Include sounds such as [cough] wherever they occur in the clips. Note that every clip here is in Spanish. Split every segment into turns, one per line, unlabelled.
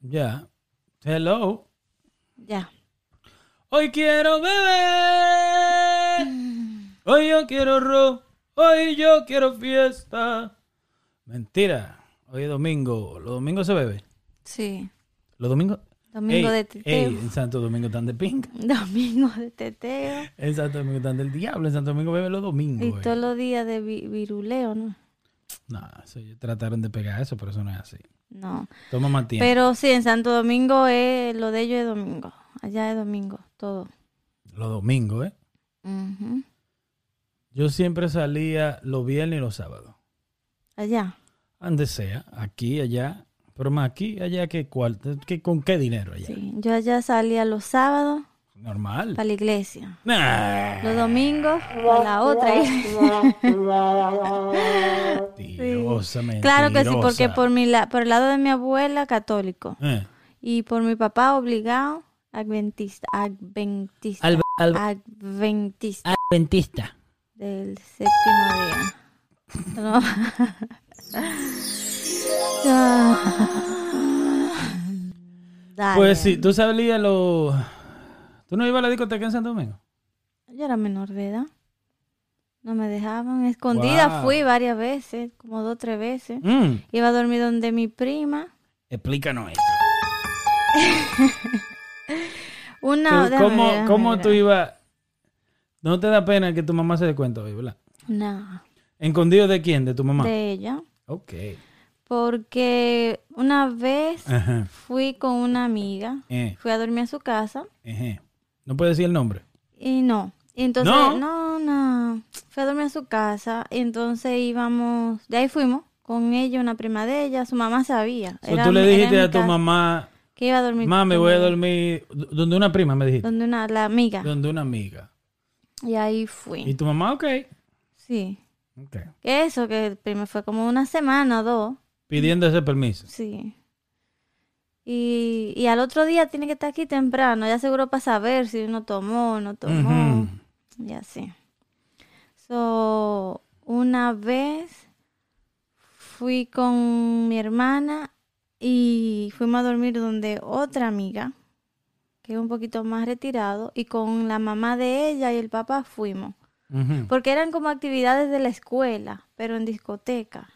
Ya. Hello.
Ya.
Hoy quiero
[laughs]
beber. Hoy yo quiero rum. Hoy yo quiero fiesta. Mentira. Hoy es domingo. Los domingos se bebe.
Sí.
Los domingos.
Domingo
Ey,
de teteo.
ey, en Santo Domingo están de pinga.
[laughs] Domingo de teteo.
En Santo Domingo están del diablo. En Santo Domingo bebe los
Y
domingos. eh.
todos los días de vi- viruleo, ¿no?
Nah, eso, ellos trataron de pegar eso, pero eso no es así.
No.
Toma más tiempo.
Pero sí, en Santo Domingo es, lo de ellos es domingo. Allá es domingo, todo.
Los domingos, ¿eh?
Ujú.
Yo siempre salía los viernes y los sábados.
Allá.
Donde sea, aquí, allá. Pero más aquí, allá, que cuál? ¿Qué- ¿Con qué dinero allá?
Sí. Yo allá salía los sábados
Normal.
para la iglesia.
Nah,
Los domingos a la otra iglesia.
mentirosa,
[laughs] Claro que sí, porque
mentirosa.
por, mi la- por el lado de mi abuela, católico.
Eh,
Y por mi papá, obligado, adventista. Adventista.
al- al-
adventista
adventista.
del séptimo día. No. [laughs] Dale.
Pues sí, tú salías los... ¿Tú no ibas a la discoteca en Santo Domingo?
Yo era menor de edad. No me dejaban. Escondida
Guau.
fui varias veces, como dos o tres veces.
Mm,
Iba a dormir donde mi prima.
explícanos eso.
Una
Tú,
déjame
¿Cómo,
ver, déjame
cómo
ver.
tú ibas? No te da pena que tu mamá se dé cuenta hoy, ¿verdad?
No,
¿Escondido de quién? ¿De tu mamá?
de ella.
Ok.
Porque una vez
Ajá.
fui con una amiga.
Eh,
Fui a dormir a su casa.
ejé. No puedes decir el nombre.
Y no. Y entonces,
¿No?
no, no. Fue a dormir a su casa. y entonces íbamos, de ahí fuimos con ella, una prima de ella. Su mamá sabía.
So,
Era
tú le
mi- era
dijiste
mi
a tu
casa
mamá,
que iba a dormir.
mami,
con
voy a
ella,
dormir d- donde una prima, me dijiste.
Donde una, la amiga.
Donde una amiga.
Y ahí
Y
fui.
tu mamá, ok.
Sí.
Ok.
Que eso, que primero fue como una semana o dos.
Pidiendo ese permiso.
Sí. Y, y al otro día tiene que estar aquí temprano, ya seguro para saber si uno tomó o no tomó.
Ujú.
Y así. So, una vez fui con mi hermana y fuimos a dormir donde otra amiga, que es un poquito más retirado, y con la mamá de ella y el papá fuimos.
Ujú.
Porque eran como actividades de la escuela, pero en discoteca.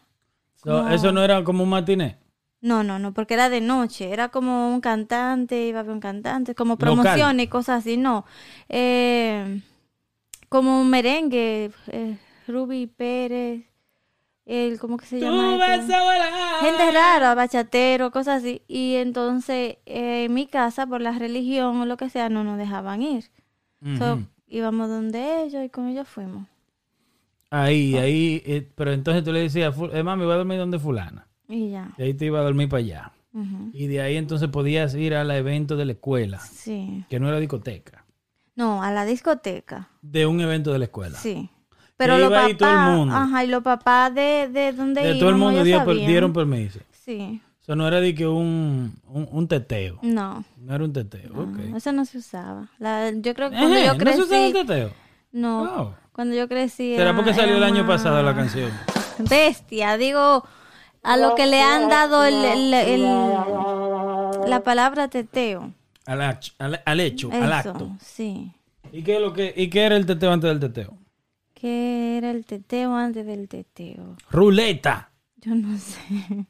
So, Eso no era como un matiné.
No, no, no, porque era de noche, era como un cantante, iba a haber un cantante, como
Local.
promociones y cosas así, no. Eh, como un merengue, eh, Ruby Pérez, el, ¿cómo que se llama? este?
volar.
Gente rara, bachatero, cosas así. Y entonces eh, en mi casa, por la religión o lo que sea, no nos dejaban ir.
Ujú.
So, íbamos donde ellos y con ellos fuimos.
Ahí, ahí. eh, pero entonces tú le decías, fu- eh, mami, voy a dormir donde fulana.
Y ya.
Y ahí te iba a dormir para allá.
Ujú.
Y de ahí entonces podías ir al evento de la escuela,
Sí.
que no era discoteca,
No, a la discoteca.
de un evento de la escuela.
Sí. Pero los
iba ahí
papás,
todo el mundo.
ajá, y los papás de, de donde
De todo el
íbamos,
mundo
ellos
dio-
sabían.
dieron permiso.
Sí,
Eso no era de que un, un, un teteo.
no,
No era un teteo.
no,
ok.
eso no se usaba. La- yo creo que cuando
Ejé,
yo
¿No se usaba
crecí,
el teteo?
no,
No.
cuando yo crecí
¿Será
era-
porque salió el
era
año
más
pasado la canción?
Bestia, digo, a lo que le han dado el, el- el- la palabra teteo.
Al, ach- al, al hecho, al
Eso,
acto.
sí.
¿Y qué, es lo que, ¿Y qué era el teteo antes del teteo?
¿Qué era el teteo antes del teteo?
Ruleta.
Yo no [laughs] sé.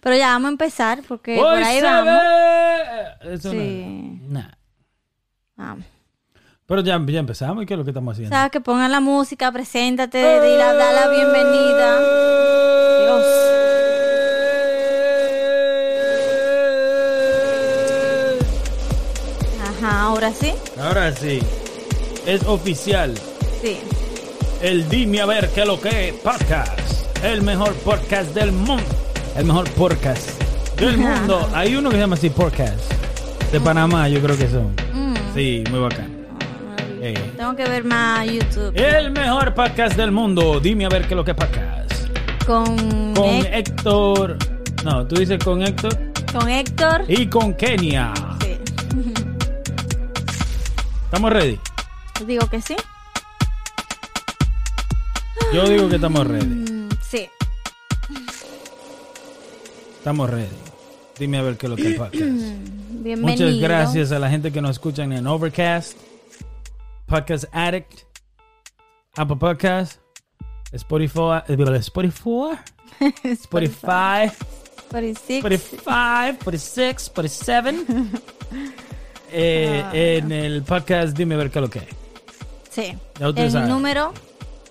Pero ya vamos a empezar porque por
Hoy
ahí
se
vamos.
ve. Eso no era.
Sí.
Nah.
Vamos.
Pero ya, ya empezamos. ¿Y qué es lo que estamos haciendo?
Sabes que pongan la música, preséntate, di la, da la bienvenida. Dios. Ajá, ahora sí.
Ahora sí. Es oficial.
Sí.
El Dime a ver qué lo que podcast. El mejor podcast del mundo. El mejor podcast del mundo. Hay uno que se llama así podcast. De Panamá, yo creo que son.
Mm.
Sí, muy bacán. Ey.
Tengo que ver más YouTube
El mejor podcast del mundo. Dime a ver qué lo que podcast.
con,
Con
Hec-
Héctor. No, tú dices con Héctor.
con Héctor.
Y con Kenia.
Sí.
¿Estamos ready?
Digo que sí.
Yo digo que estamos ready.
Mm, Sí.
Estamos ready. Dime a ver qué es lo que es el podcast.
Bienvenido.
Muchas
[laughs]
gracias a la gente que nos escucha en Overcast, Podcast Addict, Apple Podcast, Spotify, eh, Spotify, Spotify,
46.
45, 46, 47. Eh, en el podcast Dime a ver qué es lo que es.
Sí.
Ya tú
El
sabes.
número.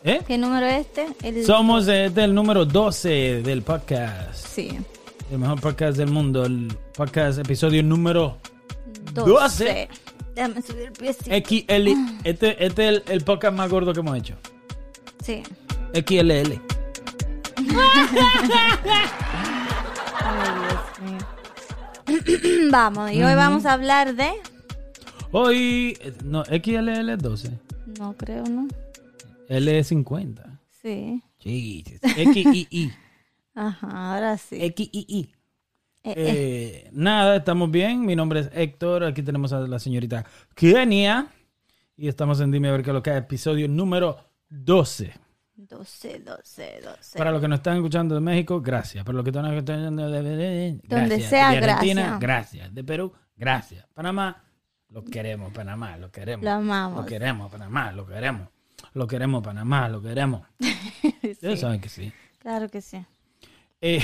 ¿Eh?
¿Qué número es este? El,
Somos eh, del número 12 del podcast.
Sí.
El mejor podcast del mundo. El podcast episodio número
12.
Doce.
Déjame subir el piecito.
XL. Este, este es el, el podcast más gordo que hemos hecho.
Sí.
XLL.
Ay, Dios mío. [clears throat] vamos, y hoy vamos a hablar de.
Hoy. eh, No, XLL es 12.
No creo, ¿no?
L es 50.
Sí.
Jesus.
[laughs]
XII.
Ajá, ahora sí.
XII.
Eh,
Eh, nada, estamos bien. Mi nombre es Héctor. Aquí tenemos a la señorita Kenia. Y estamos en Dime a ver qué es lo que es, episodio número 12.
12, 12, 12.
Para los que nos están escuchando de México, gracias. Para los que están escuchando de- de de- gracias.
sea,
de Argentina,
gracias.
gracias. De Perú, gracias. Panamá, lo queremos, Panamá, lo queremos.
Lo amamos.
Lo queremos, Panamá, lo queremos. Lo queremos, Panamá, lo queremos. Ustedes
Sí,
saben que sí.
claro que sí.
Eh,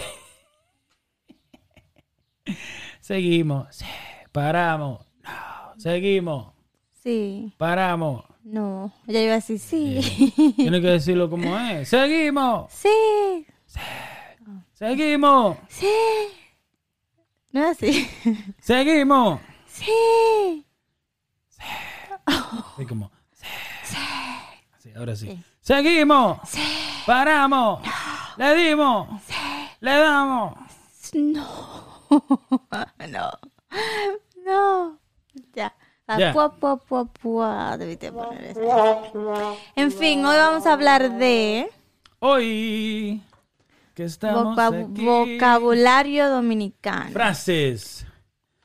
[laughs] seguimos, Sí, paramos, no, seguimos,
Sí.
paramos.
No. Ya iba a decir sí.
Tiene que decirlo como es. Seguimos,
[laughs] Sí.
seguimos,
Sí. No es así.
seguimos.
[laughs] Sí.
Así como. Así, ahora sí. Seguimos. Paramos. Le dimos. Le damos.
No. [laughs] No. No. Ya. A
Ya.
pua, pua, pua, pua. Debiste poner eso. En fin, hoy vamos a hablar de
Hoy que estamos
voca-
aquí.
vocabulario dominicano.
Frases.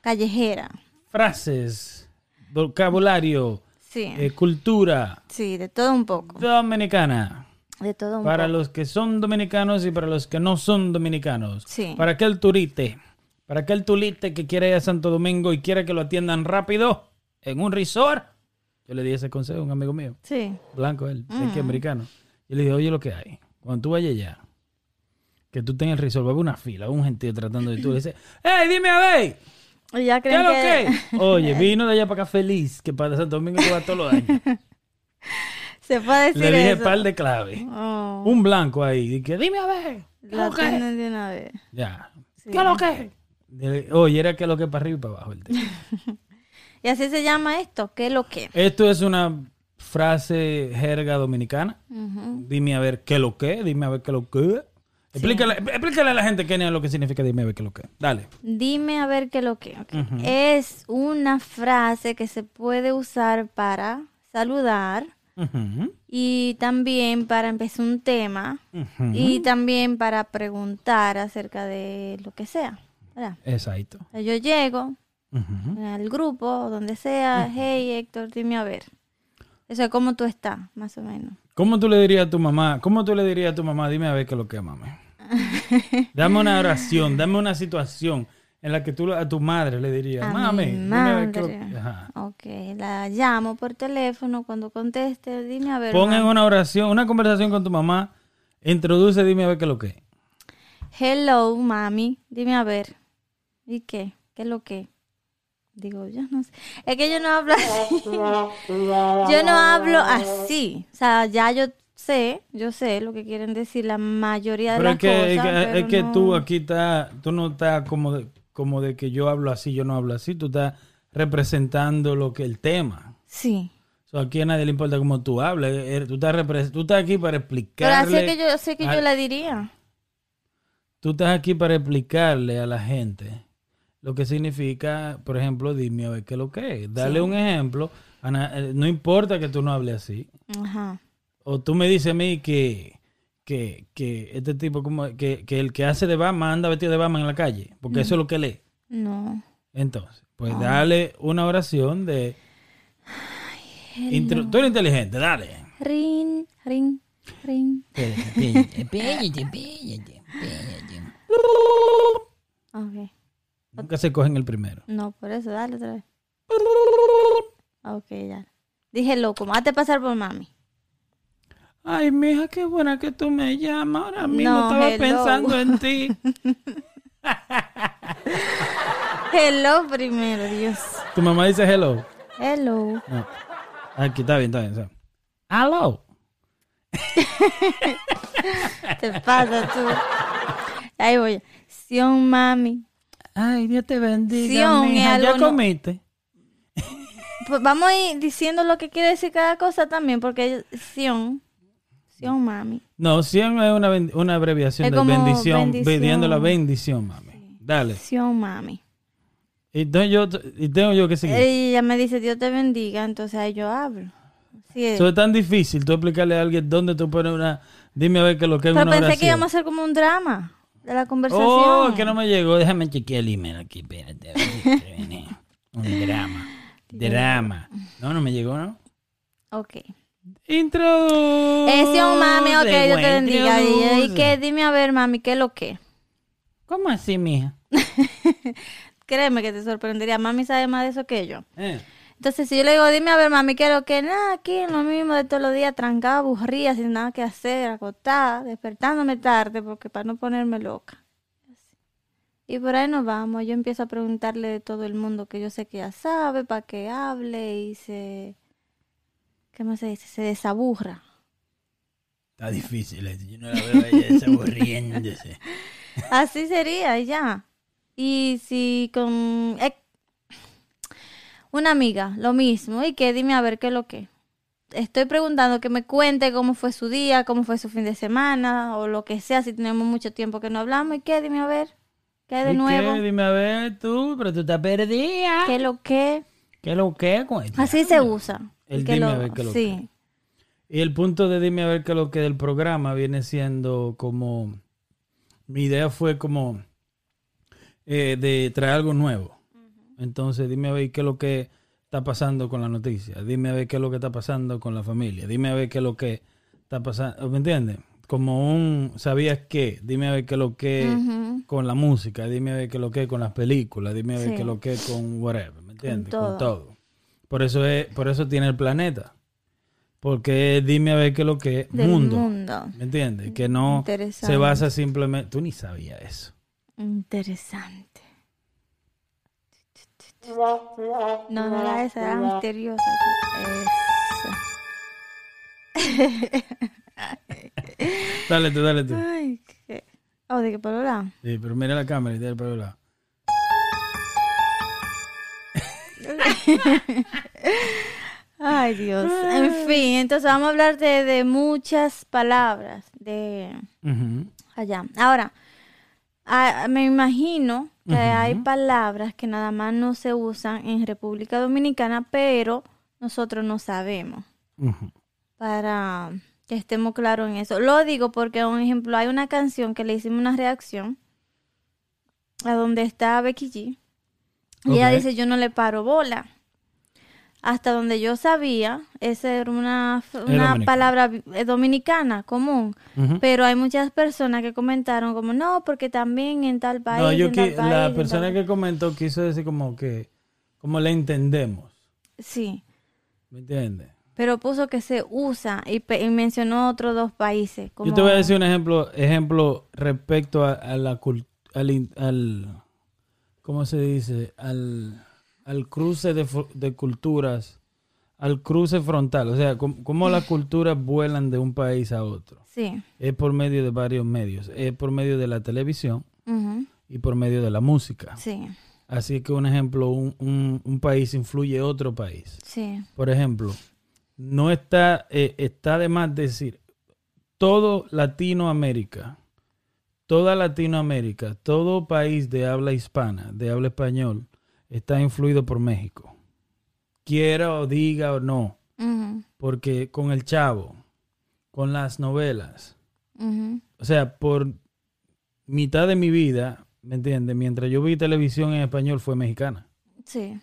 Callejera.
Frases. Vocabulario.
Sí.
eh, cultura
Sí, de todo un poco.
dominicana.
De todo un
Para
poco.
los que son dominicanos y para los que no son dominicanos.
Sí.
Para aquel turite. Para aquel tulite que quiere ir a Santo Domingo y quiere que lo atiendan rápido en un resort. Yo le di ese consejo a un amigo mío.
Sí.
Blanco él, de aquí americano. Yo le dije, oye, lo que hay. Cuando tú vayas allá, que tú tengas el resort, va a haber una fila, un gentío tratando de tú. Le dices, hey, dime a ver,
Y ya
¿qué es
creen
lo
que...
que? [laughs] Oye, vino de allá para acá feliz, que para Santo Domingo tú vas todos los
[laughs]
años.
Se puede decir
Le dije
eso.
par de clave.
Oh,
Un blanco ahí, y que dime a ver, ¿qué es
la
lo que?
tienen de una vez.
Ya. ¿Qué es lo que? Dile, Oye, era que lo que para arriba y para abajo. el tema.
Y así se llama esto, ¿qué es lo que?
Esto es una frase jerga dominicana.
Ujú.
Dime a ver qué lo que, dime a ver qué lo que. Explícale, explícale a la gente qué es lo que significa dime a ver qué lo que. Dale.
Dime a ver qué es lo que. ok. Es una frase que se puede usar para saludar
Ujú,
y también para empezar un tema
ujú.
y también para preguntar acerca de lo que sea. ¿verdad?
Exacto.
O sea, Yo llego
Ujú.
al grupo, o donde sea, hey Héctor, dime a ver. Eso es cómo tú estás, más o menos.
¿Cómo tú le dirías a tu mamá? ¿Cómo tú le dirías a tu mamá? Dime a ver qué es lo que,
[laughs]
mami. Dame una oración, dame una situación en la que tú a tu madre le dirías,
A
mami,
mi
dime a ver qué es lo
madre.
que. Ajá.
Ok, la llamo por teléfono, cuando conteste, dime a ver.
Pon en
mamá.
una oración, una conversación con tu mamá, introduce, dime a ver qué es lo que.
Hello, mami. Dime a ver. ¿Y qué? ¿Qué es lo que? Digo, yo no sé. Es que yo no hablo así. [laughs] Yo no hablo así. O sea, ya yo sé, yo sé lo que quieren decir la mayoría de
Pero
las
es que, es
cosas.
que, es
pero
que
no-
tú aquí estás, tú no estás como de, como de que yo hablo así, yo no hablo así, tú estás representando lo que el tema.
Sí.
O sea, aquí a nadie le importa cómo tú hablas, eh, tú estás, repre- tú estás aquí para
Pero así
explicarle,
es que yo sé que yo
al-
la diría.
tú estás aquí para explicarle a la gente lo que significa, por ejemplo, dime a ver qué es lo que es. Dale un ejemplo, Ana, eh, no importa que tú no hables así,
Ajá.
o tú me dices a mí que, que, que este tipo, como que, que el que hace de Batman anda vestido de Batman en la calle, porque eso es lo que lee.
No.
Entonces, pues dale una oración de... intro- Tú eres inteligente, dale.
Rin, rin, rin.
Espérate, espérate, espérate, espérate.
Ok.
Nunca se cogen el primero.
No, por eso, dale otra vez. Ah, Ok, ya. Dije loco, me hazte pasar por mami.
Ay, mija, qué buena que tú me llamas. Ahora mismo
No,
estaba
hello.
pensando en ti.
Hello primero, Dios.
[laughs] Tu mamá dice hello.
Hello.
No. Aquí está bien, está bien. está bien. Hello.
Te pasa tú. Ahí voy. Sion mami.
Ay, Dios te bendiga.
Sion,
mija.
es
¿Ya
algo no-
comiste?
Pues vamos a ir diciendo lo que quiere decir cada cosa también, porque Sion. Sion mami.
No, Sion es una, ben- una abreviación
Es
de
como
bendición,
bendición.
pidiendo la bendición, mami. Dale.
Sion mami.
Y entonces yo, y tengo yo que seguir.
Ella me dice Dios te bendiga, entonces ahí yo hablo. Así es.
Eso es tan difícil tú explicarle a alguien dónde tú pones una. Dime a ver qué es lo que es
Pero
una
pensé que
oración.
íbamos a hacer como un drama de la conversación.
oh, que no me llegó. Déjame chequear el email aquí. Espérate. a ver si viene. Un [laughs] drama. Drama. No, no me llegó, ¿no?
Ok.
Intro.
Es Sion mami, ok, Dios te
Güey,
bendiga. Y, eh, y
introduce.
que dime a ver, mami, ¿qué es lo que? [laughs]
¿Cómo así, mija?
Créeme que te sorprendería. Mami sabe más de eso que yo.
Eh,
Entonces, si yo le digo, dime a ver, mami, ¿qué es lo que? Nada, aquí en lo mismo de todos los días, trancada, aburrida, sin nada que hacer, acostada, despertándome tarde, porque para no ponerme loca. Y por ahí nos vamos. Yo empiezo a preguntarle de todo el mundo que yo sé que ya sabe, para que hable y se. ¿Qué más se dice? Se desaburra.
Está difícil. eso. Yo no la veo a ella
[laughs]
desaburriéndose.
Así sería, y ya. Y si con eh, una amiga, lo mismo, y que dime a ver qué es lo que. Estoy preguntando que me cuente cómo fue su día, cómo fue su fin de semana, o lo que sea, si tenemos mucho tiempo que no hablamos, y que dime a ver, qué hay de
¿Y
nuevo,
qué? Dime a ver tú, pero tú estás perdida.
qué es lo que.
¿Qué es lo que, güey?
Así se usa.
El
y que
dime a ver qué es lo
Sí,
Y el punto de dime a ver qué es lo que del programa viene siendo como. Mi idea fue como. eh, de traer algo nuevo. Entonces, dime a ver qué es lo que está pasando con la noticia. Dime a ver qué es lo que está pasando con la familia. Dime a ver qué es lo que está pasando. ¿Me entiendes? Como un. ¿Sabías qué? Dime a ver qué es lo que.
Ujú.
Con la música. Dime a ver qué es lo que con las películas. Dime a ver
Sí.
qué es lo que con whatever. ¿Me entiendes?
todo.
Con todo. Por eso, es, por eso tiene el planeta. Porque dime a ver qué es lo que es
del mundo.
mundo, ¿me entiendes? Que no
Interesante.
se basa simplemente... Tú ni sabías eso.
Interesante. No, no era esa, era misteriosa. Eso.
Dale tú, dale tú.
Ay, qué. Oh, de qué palabra.
Sí, pero mira la cámara y dale para el lado.
Ay, Dios. En fin, entonces vamos a hablar de, de muchas palabras de
Ujú.
allá. Ahora, ah, me imagino que hay palabras que nada más no se usan en República Dominicana, pero nosotros no sabemos.
Ujú.
para que estemos claros en eso. Lo digo porque, un ejemplo, hay una canción que le hicimos una reacción a donde está Becky G. Y ella
Ok.
dice, yo no le paro bola. Hasta donde yo sabía, esa era una, una
dominicana.
palabra vi- eh, dominicana común.
Ujú.
Pero hay muchas personas que comentaron como, no, porque también en tal país,
No, yo
en
qui-
tal país,
la
en
persona
tal-
que comentó quiso decir como que... Como la entendemos,
Sí,
¿me entiendes?
pero puso que se usa y, pe- y mencionó otros dos países. Como...
Yo te voy a decir un ejemplo, ejemplo respecto a, a la cul- al, in- al- ¿cómo se dice? Al, al cruce de, fu- de culturas, al cruce frontal, o sea, com- cómo
[laughs]
las culturas vuelan de un país a otro.
Sí.
Es por medio de varios medios, es por medio de la televisión
ujú,
y por medio de la música.
Sí.
Así que un ejemplo, un, un- un país influye otro país.
Sí,
Por ejemplo, no está, eh, está de más decir, todo Latinoamérica, toda Latinoamérica, todo país de habla hispana, de habla español, está influido por México. Quiera o diga o no,
ujú,
porque con el chavo, con las novelas,
ujú,
o sea, por mitad de mi vida, ¿me entiendes? Mientras yo vi televisión en español fue mexicana.
sí,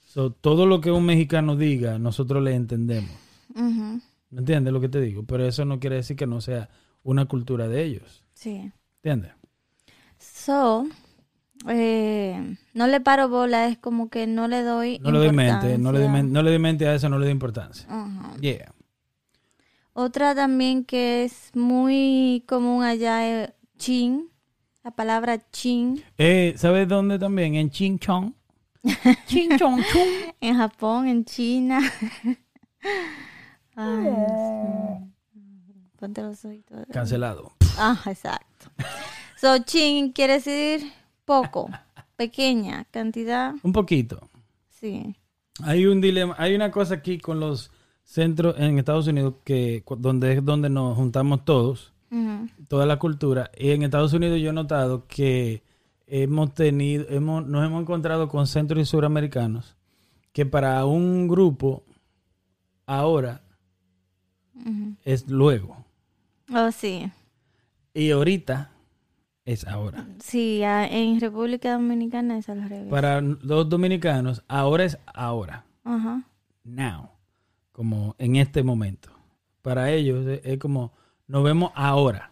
So, todo lo que un mexicano diga, nosotros le entendemos.
ujú,
¿Me entiendes lo que te digo? Pero eso no quiere decir que no sea una cultura de ellos.
sí.
¿Entiendes?
So, eh, no le paro bola, es como que no le doy.
No le doy mente, no le doy, men-
importancia.
no le doy mente a eso, no le doy importancia.
Ajá.
Yeah.
Otra también que es muy común allá es chin, la palabra chin
Eh, ¿Sabes dónde también? En Ching Chong. Ching Chong Chung.
en Japón, en China. [laughs] Ay, Dios mío. Ponte los ojitos.
Cancelado.
Ah, exacto. So, chin quiere decir poco, pequeña cantidad.
Un poquito.
Sí.
Hay un dilema, hay una cosa aquí con los centros en Estados Unidos que cu- donde es donde nos juntamos todos,
Ujú.
toda la cultura. Y en Estados Unidos yo he notado que hemos tenido, hemos, nos hemos encontrado con centros y suramericanos que para un grupo ahora
Ujú.
es luego
Oh, sí.
y ahorita es ahora.
Sí, a- en República Dominicana es al revés.
Para los dominicanos ahora es ahora.
Ajá.
now, como en este momento. Para ellos es, es como nos vemos ahora,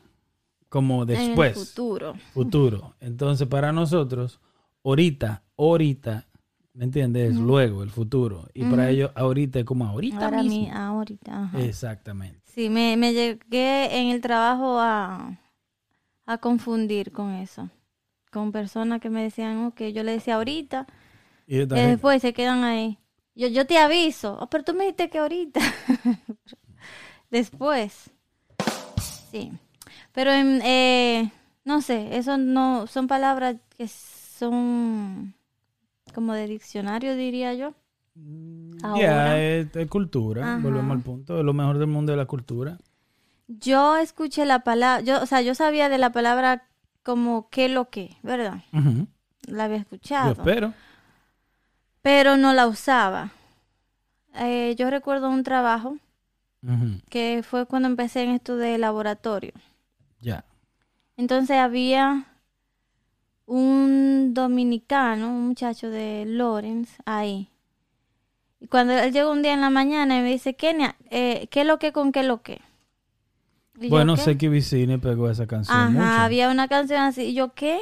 como
En el
después,
futuro.
futuro. Entonces para nosotros, ahorita, ahorita, ¿me entiendes? Es luego, el futuro. Y para ellos ahorita es como ahorita
Ahora
mismo.
mi, ahorita. Ajá.
Eh. Exactamente.
Sí, me, me llegué en el trabajo a, a confundir con eso. Con personas que me decían, ok, yo le decía ahorita,
Y yo
y
también,
después se quedan ahí. Yo, yo te aviso, "Ah, pero tú me dijiste que ahorita. [laughs] después. Sí. Pero, en, eh, no sé, eso no, son palabras que son como de diccionario, diría yo.
ya,
ahora.
es, es cultura,
Ajá.
volvemos al punto, es lo mejor del mundo de la cultura.
Yo escuché la palabra, yo, o sea, yo sabía de la palabra como qué lo que, ¿verdad?
Ujú.
La había
Yo
escuchado,
espero.
pero no la usaba. Eh, yo recuerdo un trabajo
Ujú.
que fue cuando empecé en esto de laboratorio.
Ya.
Entonces había un dominicano, un muchacho de Lawrence, ahí. Y cuando él llegó un día en la mañana y me dice, Kenia, eh, ¿qué lo que con qué lo que? Y yo,
Bueno,
"¿Qué?".
sé que Vicine pegó esa canción
Ajá,
mucho.
había una canción así. Y yo, ¿qué?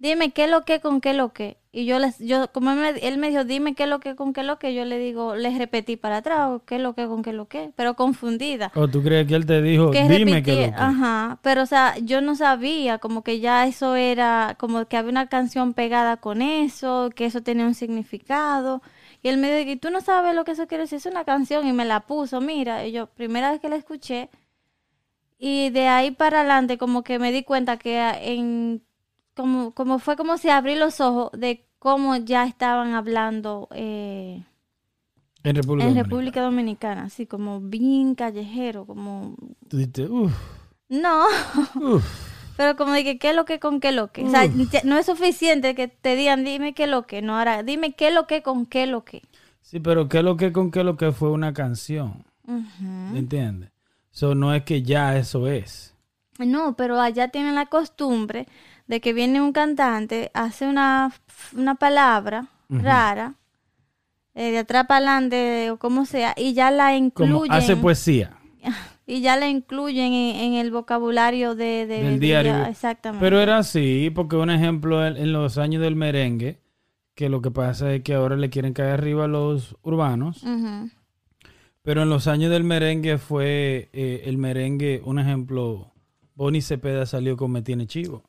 Dime qué lo que con qué lo que. Y yo, les, yo como él me, él me dijo, dime qué lo que con qué lo que, yo le digo, les repetí para atrás, o qué lo que con qué lo que, pero confundida.
¿O tú crees que él te dijo,
Que
dime que
repetí-
lo que?
Ajá, pero o sea, yo no sabía, como que ya eso era, como que había una canción pegada con eso, que eso tenía un significado. Y él me dijo, ¿y tú no sabes lo que eso quiere decir? Es una canción y me la puso, mira, y yo, primera vez que la escuché, y de ahí para adelante, como que me di cuenta que ah, en, como, como fue como si abrí los ojos de cómo ya estaban hablando eh,
En República
en
Dominicana.
República Dominicana, así como bien callejero, como...
Tú dijiste, "Uf,
No, [laughs]
uf".
Pero como dije, ¿qué lo que con qué lo que? O sea,
Mm.
ya- no es suficiente que te digan, dime qué lo que. No, ahora, dime qué lo que con qué lo que.
Sí, pero ¿qué lo que con qué lo que fue una canción?
Ujú.
¿Entiendes? So, no es que ya eso es.
No, pero allá tienen la costumbre de que viene un cantante, hace una, una palabra rara, eh, de atrás para adelante o como sea, y ya la
Como
incluyen.
hace pues poesía.
[laughs] Y ya la incluyen en, en el vocabulario de, de-
Del
de-
diario.
Exactamente.
Pero era así, porque un ejemplo en, en los años del merengue, que lo que pasa es que ahora le quieren caer arriba a los urbanos,
Ujú.
pero en los años del merengue fue eh, el merengue, un ejemplo, Bonnie Cepeda salió con Me Tiene Chivo,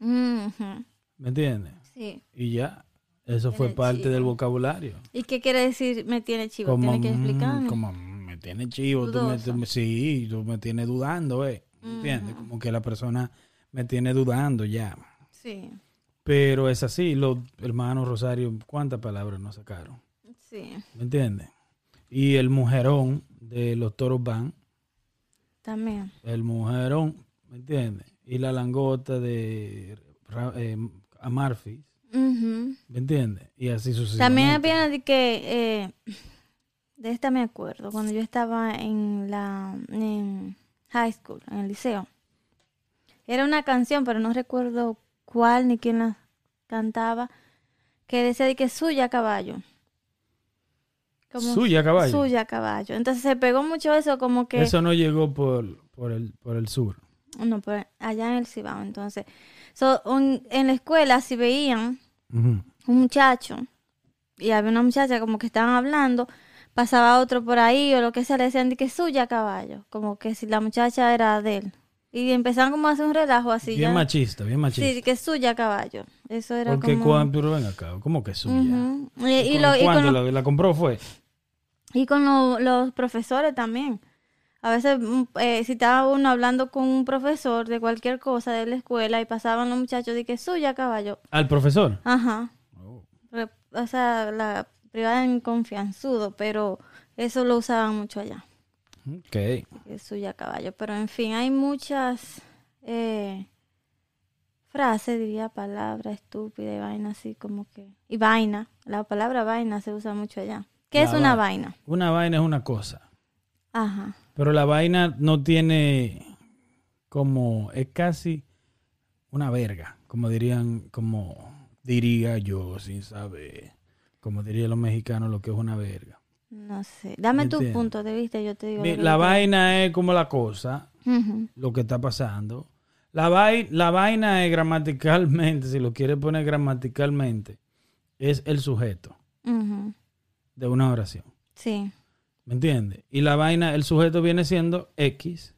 Ujú.
¿me entiendes?
Sí.
Y ya, eso fue
Tiene
parte
chivo.
del vocabulario.
¿Y qué quiere decir me tiene chivo?
como,
Tiene que
mm,
explicarme.
como, mm, me tiene chivo, tú me,
Dudoso.
tú me- sí, tú me tienes dudando, eh. ¿Entiendes? Como que la persona me tiene dudando ya.
Sí,
Pero es así, los hermanos Rosario, ¿cuántas palabras nos sacaron?
sí,
¿Me entiendes? Y el mujerón de los toros van,
también.
el mujerón, ¿me entiendes? Y la langota de Ra- eh, Amarfis,
Ujú.
¿me entiendes? Y así sucesivamente.
También había de que, eh, de esta me acuerdo, cuando yo estaba en la en high school, en el liceo. Era una canción, pero no recuerdo cuál ni quién la cantaba, que decía de que suya caballo.
Suya caballo.
Suya caballo. Entonces se pegó mucho eso, como que...
Eso no llegó por, por, el, por el sur.
No, pero allá en el Cibao, entonces. So, un- en la escuela, si veían
Ujú.
un muchacho y había una muchacha como que estaban hablando, pasaba otro por ahí o lo que sea, le decían de que suya caballo, como que si la muchacha era de él. Y empezaban como a hacer un relajo así.
Bien
Este, ya.
machista, bien
Sí,
machista.
de que suya caballo. Eso era
Porque
como...
cuando, pero ven acá, ¿cómo que suya?
Ujú. Y, y
¿Cu-
lo- y con
¿Cuándo
lo-
la, la compró fue?
y con lo- los profesores también. A veces, mm, eh, si estaba uno hablando con un profesor de cualquier cosa de la escuela y pasaban los muchachos de que suya caballo.
Al profesor.
Ajá.
Oh.
Re- O sea, la privada en confianzudo, pero eso lo usaban mucho allá,
Ok.
que es suya caballo. Pero en fin, hay muchas eh, frases, diría palabra estúpida y vaina así como que... Y vaina, la palabra vaina se usa mucho allá. ¿Qué
La
es una
va-
vaina?
Una vaina es una cosa.
Ajá.
Pero la vaina no tiene como, es casi una verga, como dirían, como diría yo, sin saber, como dirían los mexicanos lo que es una verga.
No sé. Dame tu
Entiendo.
punto de vista, yo te digo. lo
Mi-
que
La
yo
vaina es como la cosa,
creo. Ujú.
lo que está pasando. La, vai- la vaina es gramaticalmente, si lo quieres poner gramaticalmente, es el sujeto
Ujú.
de una oración.
Sí.
¿Me entiendes? Y la vaina, el sujeto viene siendo X,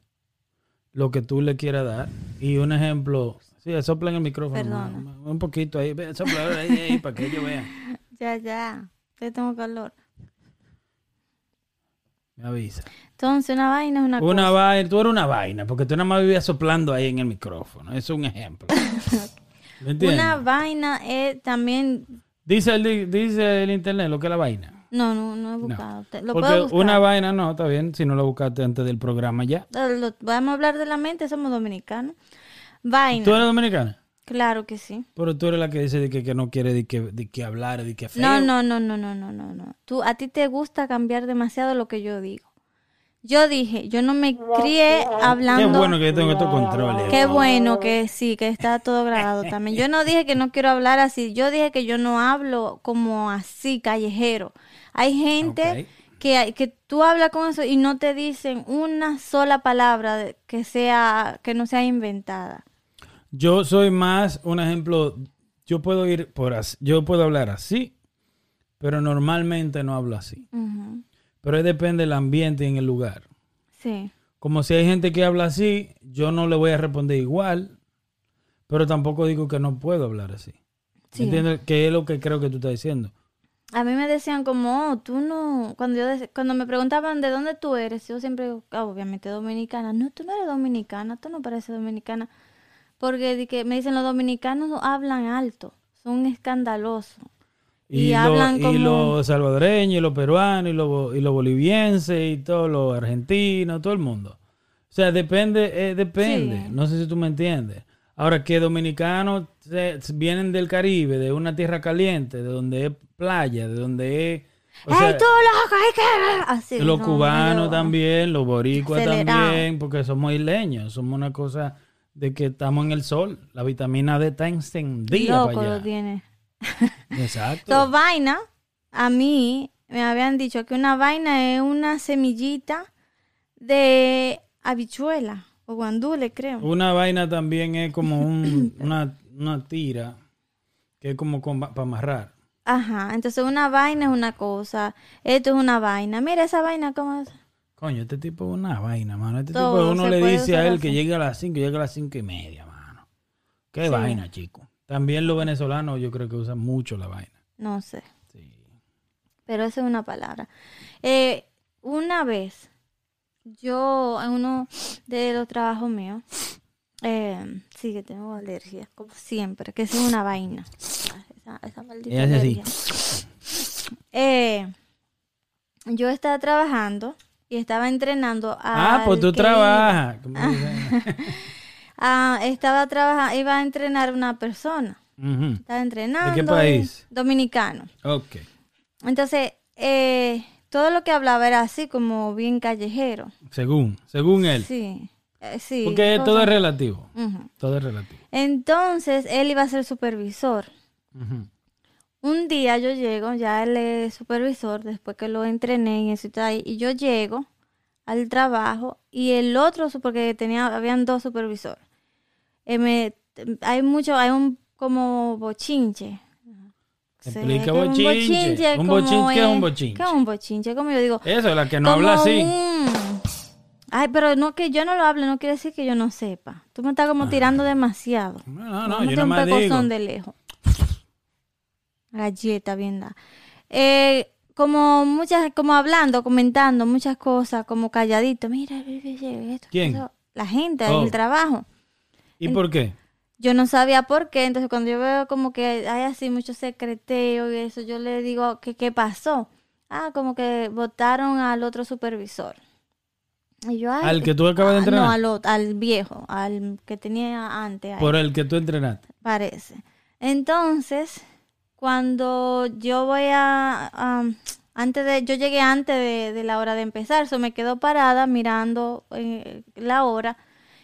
lo que tú le quieras dar. Y un ejemplo, sí, sopla en el micrófono.
Perdona.
ma- ma- Un poquito ahí, ve, sopla ahora ahí, ahí, para que ellos vean.
Ya, ya. Yo tengo calor.
Me avisa.
Entonces, una vaina es una,
Una vaina, tú eres una vaina, porque tú nada más vivías soplando ahí en el micrófono. Es un
[laughs]
ejemplo. ¿Me
cosa.
entiendes?
Una vaina es también.
Dice, el, di- dice el internet lo que es la vaina.
No, no, no he buscado. Te- Lo
Porque
puedo buscar.
una vaina, no, está bien, si no lo buscaste antes del programa ya.
Eh, lo- Vamos a hablar de la mente, somos dominicanos. Vaina.
¿Tú eres dominicana?
Claro que sí.
Pero tú eres la que dice de que, que no quiere de que, de que hablar, de que feo.
No, no, no, no, no, no, no, no. Tú, a ti te gusta cambiar demasiado lo que yo digo. Yo dije, yo no me crié
Qué
hablando.
bueno que yo tengo estos controles.
Qué bueno que sí, que está todo grabado también. Yo no dije que no quiero hablar así, yo dije que yo no hablo como así, callejero. Hay gente que, hay- que tú hablas con eso y no te dicen una sola palabra de- que, sea, que no sea inventada.
Yo soy más un ejemplo. Yo puedo ir por así. Yo puedo hablar así, pero normalmente no hablo así.
Ujú,
Pero ahí depende del ambiente y en el lugar.
Sí.
Como si hay gente que habla así, yo no le voy a responder igual, pero tampoco digo que no puedo hablar así.
Sí.
¿Entiendes? Que es lo que creo que tú estás diciendo.
A mí me decían como, "Oh, tú no, cuando yo dec- cuando me preguntaban de dónde tú eres, yo siempre, digo, "Ah, obviamente dominicana, no, tú no eres dominicana, tú no pareces dominicana, porque di que me dicen los dominicanos hablan alto, son escandalosos. Y
lo-
hablan como-
y los salvadoreños, y los peruanos, y los bo- y los bolivienses, y todos los argentinos, todo el mundo. O sea, depende, eh, depende.
Sí.
No sé si tú me entiendes. Ahora, que dominicanos se- se vienen del Caribe, de una tierra caliente, de donde es playa, de donde es... o
¡Ey,
sea,
tú loco! ¡Ay, qué! Así,
los
son
cubanos
medio-
también, los boricuas
Acelerado.
también, porque somos isleños, somos una cosa de que estamos en el sol, la vitamina D está encendida
Loco
para
lo
allá. [laughs]
tiene.
Exacto.
So, vaina, a mí me habían dicho que una vaina es una semillita de habichuela o guandule, creo.
Una vaina también es como un- una, una tira que es como para amarrar.
Ajá, entonces una vaina es una cosa, esto es una vaina. Mira esa vaina cómo es.
Coño, este tipo es una vaina, mano. Este
Todo
tipo uno
se
le
puede
dice a
usar
él que
así.
llegue a las 5, llega a las 5 y media, mano. Qué vaina, chico. También los venezolanos yo creo que usan mucho la vaina.
No sé,
Sí.
pero esa es una palabra. Eh, una vez, yo en uno de los trabajos míos, eh, sí que tengo alergia, como siempre, que eso es una vaina. Esa, esa maldita
Y hace así.
alergia. Eh, yo estaba trabajando y estaba entrenando a...
Ah, pues tú trabajas. ¿Cómo
Ah.
dice?
estaba trabajando, iba a entrenar a una persona.
Ujú.
Estaba entrenando.
¿De qué país?
y- Dominicano.
Ok.
Entonces, eh, todo lo que hablaba era así, como bien callejero.
Según, según él.
Sí. eh, sí.
Porque
todo-
todo es relativo.
Ujú.
Todo es relativo.
Entonces, él iba a ser supervisor.
Ujú.
Un día yo llego, ya él es supervisor, después que lo entrené y eso y tal, y yo llego al trabajo y el otro, su- porque tenía, habían dos supervisores. Eh, me- hay mucho, hay un como bochinche. Se-
Explica
como un
bochinche. Un
como
bochinche, ¿qué es un bochinche?
¿Qué es un bochinche? Como yo digo,
Eso, es la que no habla
como
así.
un- Ay, pero no que yo no lo hable, no quiere decir que yo no sepa. Tú me estás como tirando demasiado.
Ah. No, no, no,
Vamos
yo
a
no
un
me digo.
pecozón de lejos. Galleta, bien da. Eh, como muchas, como hablando, comentando muchas cosas, como calladito. Mira, esto,
¿Quién?
eso. la gente
Oh.
en el trabajo.
¿Y por qué?
Yo no sabía por qué, entonces cuando yo veo como que hay así mucho secreteo y eso, yo le digo que qué pasó. Ah, como que votaron al otro supervisor. Y yo, ay,
Al que tú acabas de
ah,
entrenar.
No, al, ot- al viejo, al que tenía antes. ahí
Por el que tú entrenaste.
parece. Entonces, cuando yo voy a, am, antes de, yo llegué antes de, de la hora de empezar, so me quedo parada mirando eh, la hora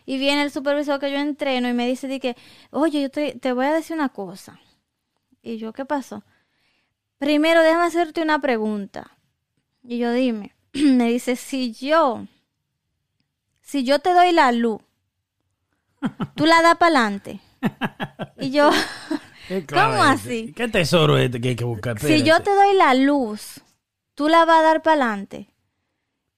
y viene el supervisor que yo entreno y me dice de que, oye, yo te, te voy a decir una cosa. Y yo, ¿qué pasó? Primero, déjame hacerte una pregunta. Y yo, dime, [clears throat] me dice, si yo, si yo te doy la luz, tú la das para adelante. Y yo, [laughs] ¿Cómo así?
Eh, ¿Qué tesoro es este que hay que buscar?
si yo
Espérate.
te doy la luz, tú la vas a dar para adelante.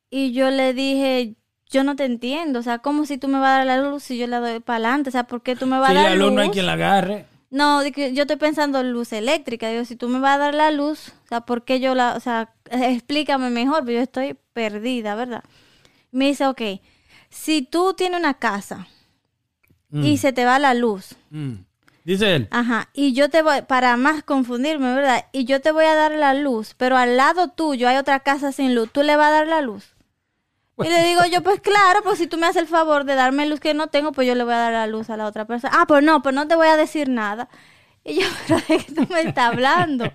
Y yo le dije, yo no te entiendo, o sea, ¿cómo si tú me vas a dar la luz si yo la doy para adelante? O sea, ¿por qué tú me vas
Si
a
la
dar
luz
luz?
no hay quien la agarre.
No, de que yo estoy pensando luz eléctrica. Digo, si tú me vas a dar la luz, o sea, ¿por qué yo la, o sea, [laughs] explícame mejor, pero yo estoy perdida, ¿verdad? Me dice, ok, si tú tienes una casa
Mm,
y se te va la luz,
mm. Dice él.
Ajá, y yo te voy, para más confundirme, ¿verdad? Y yo te voy a dar la luz, pero al lado tuyo hay otra casa sin luz, tú le vas a dar la luz. Y le digo yo, pues claro, pues si tú me haces el favor de darme luz que no tengo, pues yo le voy a dar la luz a la otra persona. Ah, pues no, pues no te voy a decir nada. Y yo, [laughs] pero de qué tú me estás hablando.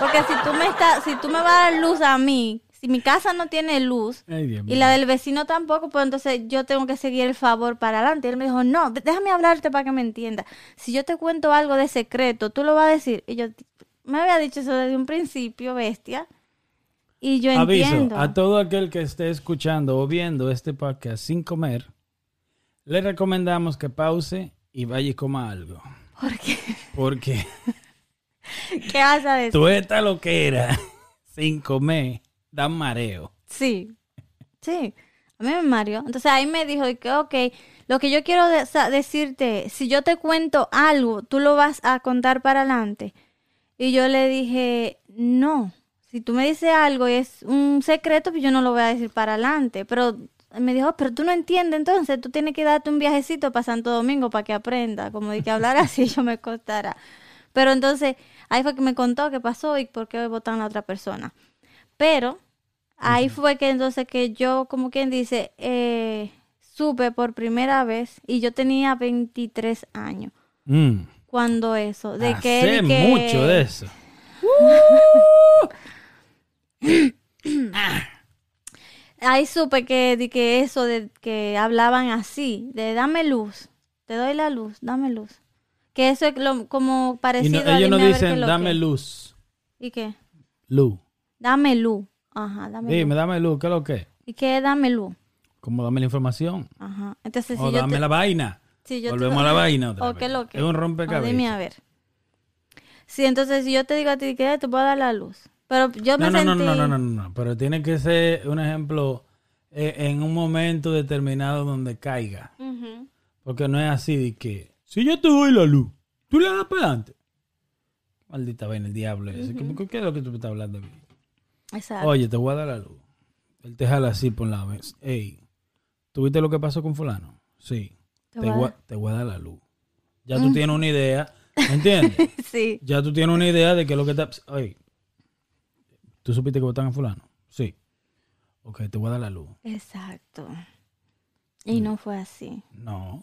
Porque si tú me estás, si tú me vas a dar luz a mí, si mi casa no tiene luz,
Ay, Dios mío.
y la del vecino tampoco, pues entonces yo tengo que seguir el favor para adelante. Y él me dijo, no, déjame hablarte para que me entienda. Si yo te cuento algo de secreto, tú lo vas a decir. Y yo, me había dicho eso desde un principio, bestia. Y yo
Aviso
entiendo.
a todo aquel que esté escuchando o viendo este podcast sin comer, le recomendamos que pause y vaya y coma algo.
¿Por qué? [laughs]
Porque
¿Qué vas a decir?
tú esta loquera [laughs] sin comer da mareo.
Sí. Sí. A mí me mareó. Entonces ahí me dijo, y que, ok, lo que yo quiero de- sa- decirte, si yo te cuento algo, tú lo vas a contar para adelante. Y yo le dije, no, si tú me dices algo y es un secreto, pues yo no lo voy a decir para adelante. Pero me dijo, "Oh, pero tú no entiendes, entonces tú tienes que darte un viajecito para Santo Domingo para que aprenda. Como de que hablar [laughs] así yo me costara. Pero entonces ahí fue que me contó qué pasó y por qué votaron a la otra persona. Pero ahí fue que entonces que yo, como quien dice, eh, supe por primera vez y yo tenía 23 años
Mm.
cuando eso, de que,
Hace
de que-
mucho de eso.
Ahí supe que, de que eso, de que hablaban así, de dame luz, te doy la luz, dame luz. Que eso es lo-
Y
como
no-
parecido a
ellos no
dime a ver qué
dicen,
lo
dame
que".
luz.
¿Y qué?
Luz.
Dame luz. Ajá, dame
Dime,
luz.
dame luz, ¿qué es lo que? es?
¿Y qué es dame luz?
Como dame la información.
Ajá. Entonces, si
o
yo
dame
te-
la vaina.
si yo te
Volvemos
doy-
a la vaina. otra
¿O
vez.
qué lo que?
Es un
O
rompecabezas.
dime a ver. Sí, entonces si yo te digo a ti que "Ay, te puedo dar la luz. Pero yo me
No, no, no,
sentí...
no, no, no, no, no, pero tiene que ser un ejemplo eh, en un momento determinado donde caiga,
Ujú.
porque no es así de que si yo te doy la luz, tú le das para adelante. Maldita vaina, el diablo ese. ¿Cómo que- ¿Qué es lo que tú me estás hablando? aquí?
Exacto. [laughs]
Oye, te voy a dar la luz. Él te jala así por la vez. Ey, ¿tuviste lo que pasó con fulano? Sí.
Te
Te,
voy a
voy, a- te voy a dar la luz. Ya tú tienes una idea, ¿me entiendes?
[laughs] sí.
ya tú tienes una idea de que lo que está. Oye, ¿tú supiste que votan a fulano? Sí. Ok, te voy a dar la luz.
Exacto. Y no fue así.
No.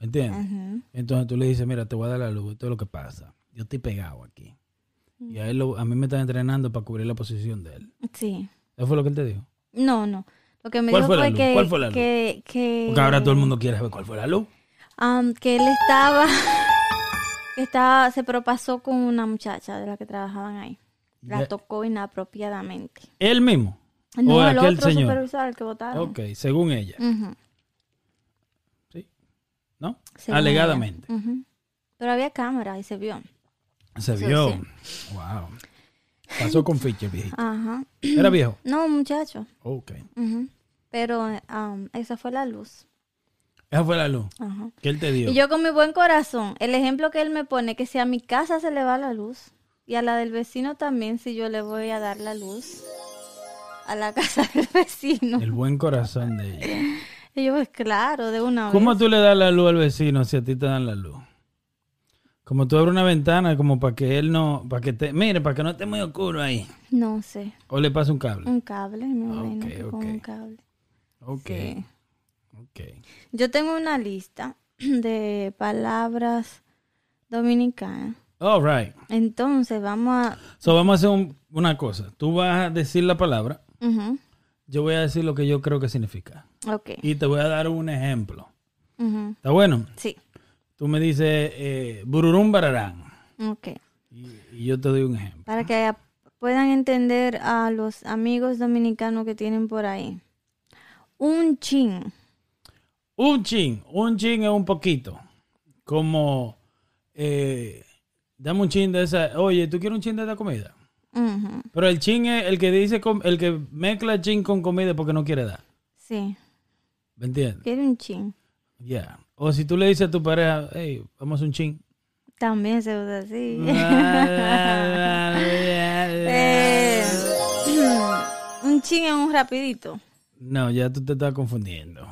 ¿Me entiendes?
Ujú.
Entonces tú le dices, mira, te voy a dar la luz, esto es lo que pasa. Yo estoy pegado aquí.
Mm.
Y a, él lo- a mí me están entrenando para cubrir la posición de él.
Sí.
¿Eso fue lo que él te dijo?
No, no. Lo que me
¿Cuál
dijo
fue la
fue,
luz?
que,
¿Cuál fue la luz?
que, que-
Porque ahora todo el mundo quiere saber cuál fue la luz.
am, que él estaba, [laughs] que estaba, se propasó con una muchacha de la que trabajaban ahí. La
Ya.
tocó inapropiadamente.
Él mismo.
No,
O
el
aquel
otro
señor. Oh.
supervisor al que votaron.
Ok, según ella,
Ujú,
¿no?
según ella.
Alegadamente.
Ujú. Pero había cámara y se vio.
Se
Eso
vio.
sí.
Wow. Pasó con ficha, el viejito.
Ajá.
Era viejo.
No, un muchacho.
Ok.
Ujú. Pero eh, am, esa fue la luz.
Esa fue la luz
Ajá.
que él te dio.
Y yo con mi buen corazón, el ejemplo que él me pone, que si a mi casa se le va la luz y a la del vecino también, si yo le voy a dar la luz a la [laughs] casa del vecino.
El buen corazón de ella.
Y yo, pues claro, de una
¿Cómo
vez.
tú le das la luz al vecino si a ti te dan la luz? Como tú abres una ventana, como para que él no, para que te, mire, para que no esté muy oscuro ahí.
No sé,
O le pasa un cable.
un cable, me
Ah,
imagino
ok,
que con un
ok.
cable.
Ok,
Sí.
ok.
Yo tengo una lista [clears throat] de palabras dominicanas.
All right.
Entonces, vamos a...
So vamos a hacer un- una cosa. Tú vas a decir la palabra,
Ujú,
yo voy a decir lo que yo creo que significa.
Ok.
Y te voy a dar un ejemplo.
ujú,
¿Está bueno?
Sí,
Tú me dices eh, bururum bararán.
ok.
Y, y yo te doy un ejemplo.
Para que a- puedan entender a los amigos dominicanos que tienen por ahí. Un chin.
Un chin. Un chin es un poquito. Como, eh, dame un chin de esa. Oye, ¿tú quieres un chin de esta comida?
ujú,
Pero el chin es el que dice, com- el que mezcla chin con comida porque no quiere dar.
Sí,
¿Me entiendes?
quiere un chin.
Ya. O si tú le dices a tu pareja, hey, vamos a un
[laughs]
chin.
También se usa así. Eh,
no,
[laughs] un chin es un rapidito.
ya tú te estás confundiendo.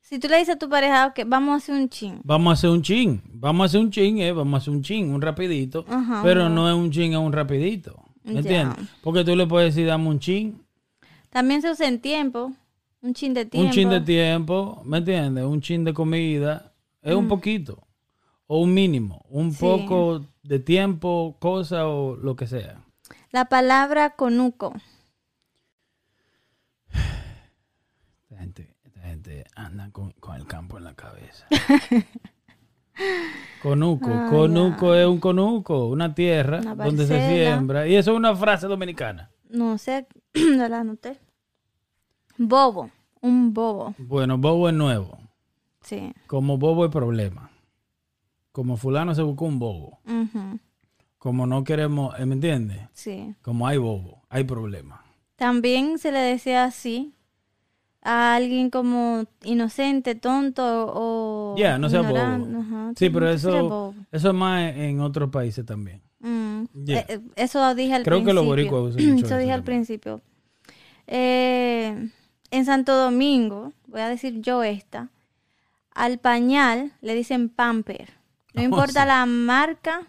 Si tú le dices a tu pareja, ok, vamos a hacer un chin.
Vamos a hacer un chin. Vamos a hacer un chin, eh. Vamos a hacer un chin, un rapidito.
Ajá.
Pero no es un chin, es un rapidito. ¿Me
Ya.
entiendes? Porque tú le puedes decir, dame un chin,
También se usa en tiempo. Un chin de tiempo. Mm.
un chin de tiempo. ¿Me entiendes? Un chin de comida. Es un poquito. O un mínimo. Un
Sí.
poco de tiempo, cosa o lo que sea.
La palabra conuco.
Esta gente, esta gente anda con, con el campo en la
[laughs]
cabeza. conuco. conuco es un conuco, una tierra
Una
donde se
parcela.
siembra. Y eso es una frase dominicana.
No sé, [clears throat] no la anoté. Bobo. Un bobo.
Bueno, bobo es nuevo.
Sí.
Como bobo es problema. Como fulano se buscó un bobo.
ujú,
Como no queremos, eh, ¿me entiendes?
Sí.
Como hay bobo, hay problema.
También se le decía así a alguien como inocente, tonto o.
Ya, no sea bobo.
ignorante, ajá,
Sí, pero
no sea
eso,
bobo.
eso es más en otros países también.
Mm,
Ya.
eh, eh, eso dije al
Creo que
principio.
los boricuas usan mucho
[clears throat] Eso
eso
dije al
también.
principio. Eh, en Santo Domingo, voy a decir yo esta, al pañal le dicen pamper.
[laughs]
No
Oh,
importa
sí.
la marca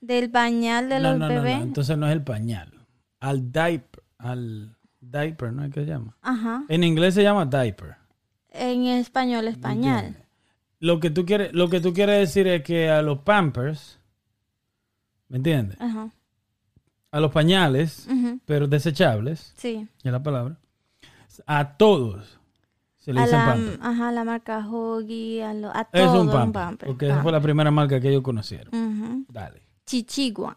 del pañal de
no,
los
no, no, no,
bebés.
Entonces no es el pañal. Al diaper, al diaper, ¿no es que se llama?
Ajá.
En inglés se llama diaper.
En español es pañal.
Lo que tú quieres, lo que tú quieres decir es que a los pampers, ¿me entiendes?
Ajá.
A los pañales,
ujú,
pero desechables,
Sí.
es la palabra. A todos se le
A
dicen
la,
pamper.
ajá, la marca Hoggy, a, lo- a
Es
todo Ah.
un pamper, porque esa fue la primera marca que ellos conocieron.
Ujú.
Dale.
Chichigua.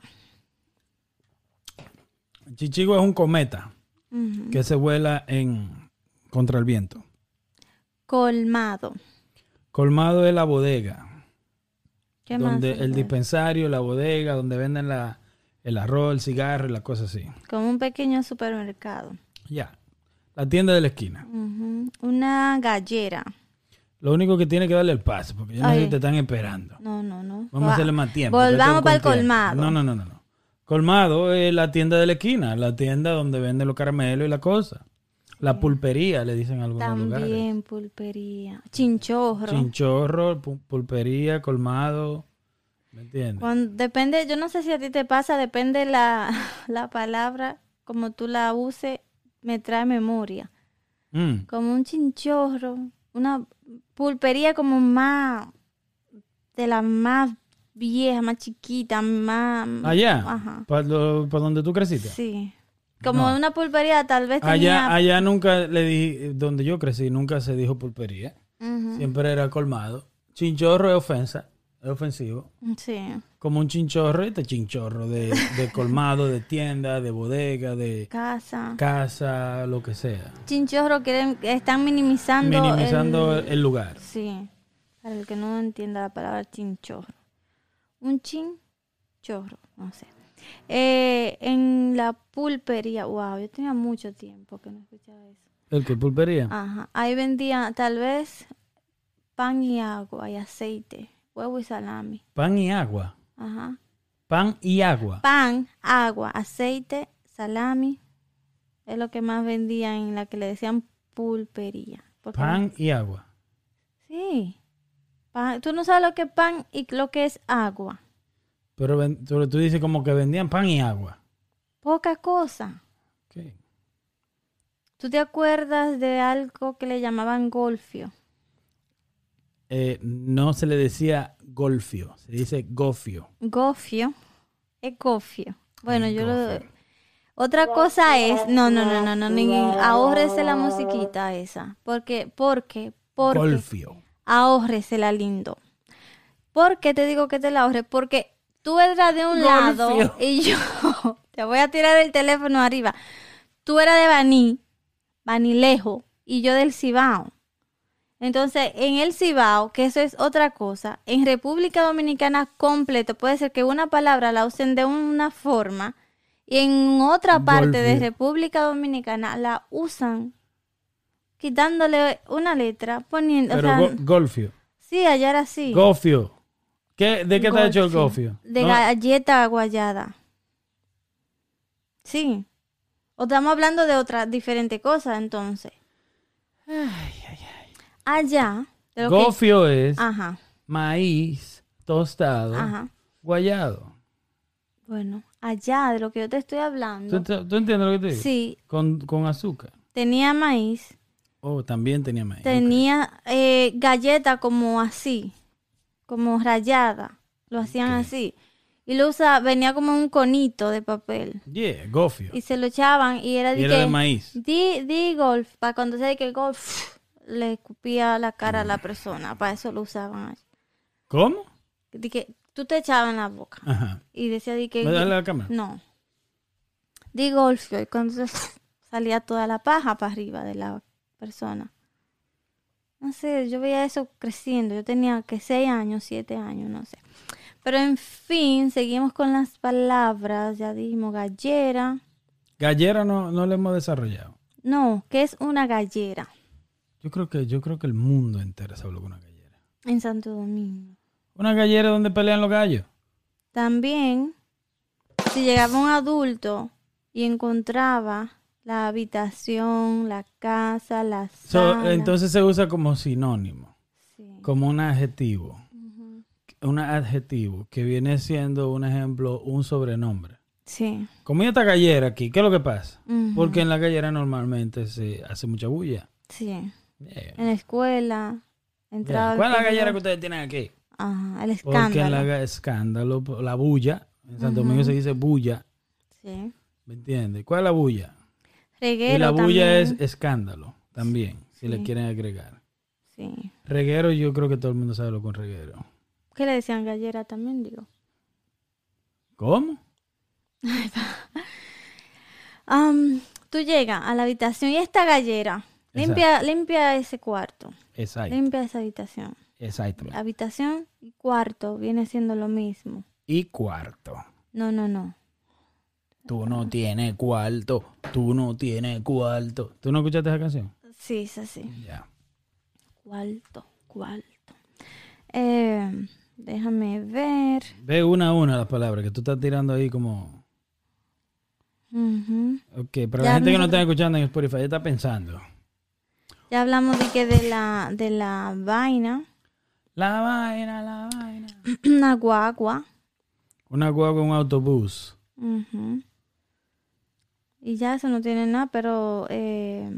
Chichigo es un cometa
ujú,
que se vuela en contra el viento.
Colmado.
Colmado es la bodega.
¿Qué más
donde
se
el
puede?
dispensario, la bodega, donde venden la, el arroz, el cigarro y las cosas así.
Como un pequeño supermercado.
Ya. La tienda de la esquina.
Ujú. Una gallera.
Lo único que tiene que darle el paso, porque yo no sé
Ay.
si te están esperando.
No, no, no.
Vamos
Va-
a hacerle más tiempo. que esto es
Volvamos
un
para el
concierto.
colmado.
No, no, no, no, no. Colmado es la tienda de la esquina, la tienda donde venden los caramelos y la cosa. La pulpería, le dicen en algunos lugares.
También pulpería. Chinchorro.
Chinchorro, pu- pulpería, colmado. ¿Me entiendes?
Cuando- depende, yo no sé si a ti te pasa, depende la, [laughs] la palabra, como tú la uses, me trae memoria.
Mm.
Como un chinchorro, una pulpería como más, de la más vieja, más chiquita, más...
Allá,
Ajá.
para donde tú creciste.
Sí. Como
No. Ah,
una pulpería tal vez tenía...
Allá, allá nunca le dije, donde yo crecí, nunca se dijo pulpería.
Ujú.
Siempre era colmado. Chinchorro es ofensa. Es ofensivo.
Sí.
Como un chinchorro, este chinchorro de, de colmado, de tienda, de bodega, de
Casa.
casa, lo que sea.
Chinchorro quieren, están minimizando.
Minimizando
el-
el, el lugar.
Sí. Para el que no entienda la palabra chinchorro. Un chinchorro, no sé. Eh, en la pulpería, wow, yo tenía mucho tiempo que no escuchaba eso.
El que pulpería.
Ajá. Ahí vendía tal vez pan y agua y aceite, huevo y salami.
Pan y agua.
Ajá.
Pan y agua.
Pan, agua, aceite, salami. Es lo que más vendían en la que le decían pulpería. Porque-
Pan y agua.
Sí. Pan- Tú no sabes lo que es pan y lo que es agua.
Pero, ven- pero tú dices como que vendían pan y agua.
Poca cosa.
Ok.
¿Tú te acuerdas de algo que le llamaban golfio?
Eh, no se le decía golfio, se dice gofio.
Gofio. Es gofio. Bueno, yo lo...
Gofio.
Otra cosa es... No, no, no, no, no. ni- Ahórrese la musiquita esa. Porque, porque, porque...
Golfio.
ahórresela lindo. ¿Por qué te digo que te la ahorres? Porque tú eras de un lado
Golfio.
y yo [laughs] te voy a tirar el teléfono arriba. Tú eras de Baní, Banilejo, y yo del Cibao. Entonces, en el Cibao, que eso es otra cosa, en República Dominicana completo, puede ser que una palabra la usen de una forma y en otra parte de
Golfio.
República Dominicana la usan quitándole una letra, poniendo... o
Pero
sea,
go- golfio.
Sí, allá era así.
Gofio. ¿Qué, ¿De qué está hecho el
Golfio.
gofio?
De
No,
galleta guayada. Sí. O estamos hablando de otra diferente cosa, entonces. Allá. de lo que-
Gofio es
Ajá,
maíz tostado
ajá.
guayado.
Bueno, allá de lo que yo te estoy hablando.
¿Tú, tú- tú entiendes lo que te digo?
Sí,
Con, con azúcar.
tenía maíz,
Oh, también tenía maíz.
tenía eh, galleta como así, como rayada. Lo hacían así. Y lo usa, venía como un conito de papel.
Yeah, gofio.
Y se lo echaban y era de
Y era
que-
de maíz.
Di, di golf, para cuando se dice que golf le escupía la cara a la persona, para eso lo usaban.
¿Cómo?
Di que tú te echabas en la boca
Ajá.
y decía di que
¿Me das la cámara?
Eh, no. Di golf y cuando se- [laughs] salía toda la paja para arriba de la persona. No sé, yo veía eso creciendo, yo tenía que 6 años, 7 años, no sé. Pero en fin, seguimos con las palabras, ya dijimos gallera.
Gallera no, no la hemos desarrollado.
No, ¿qué es una gallera?
Yo creo que, yo creo que el mundo entero se habló con una gallera.
En Santo Domingo.
Una gallera donde pelean los gallos.
También, si llegaba un adulto y encontraba la habitación, la casa, la
So,
sala.
entonces se usa como sinónimo,
sí.
como un adjetivo.
Ujú.
Un adjetivo que viene siendo, un ejemplo, un sobrenombre.
Sí.
Comí esta gallera aquí, ¿qué es lo que pasa?
Ujú.
Porque en la gallera normalmente se hace mucha bulla.
Sí.
Yeah.
En la escuela. Entraba
Yeah.
el
¿Cuál es la
correo.
gallera que ustedes tienen aquí?
Ajá, el
Porque en
escándalo.
la ga- escándalo, la bulla, en Santo Domingo se dice bulla,
Sí.
¿me entiendes? ¿Cuál es la bulla?
Reguero
y la bulla
también.
es eh, escándalo también, si le quieren agregar.
Sí.
Reguero, yo creo que todo el mundo sabe lo con reguero.
¿Qué le decían gallera también, digo?
¿Cómo?
Am, tú llegas a la habitación y esta gallera. Limpia, limpia ese cuarto.
Exacto.
Limpia esa habitación.
Exactamente.
Habitación y cuarto viene siendo lo mismo.
Y cuarto.
No, no, no.
Tú no tienes cuarto. Tú no tienes cuarto. ¿Tú no escuchaste esa canción?
Sí, es así.
Ya.
Cuarto, cuarto. Eh, déjame ver.
Ve una a una las palabras que tú estás tirando ahí como...
Ujú.
Ok, pero
Ya,
la gente que
nosotros-
no está escuchando en Spotify ya está pensando.
Ya hablamos de que de la, de la vaina. [clears throat]
La vaina, la vaina.
Una guagua.
Una guagua, un autobús.
Ujú. Y ya eso no tiene nada, pero... eh,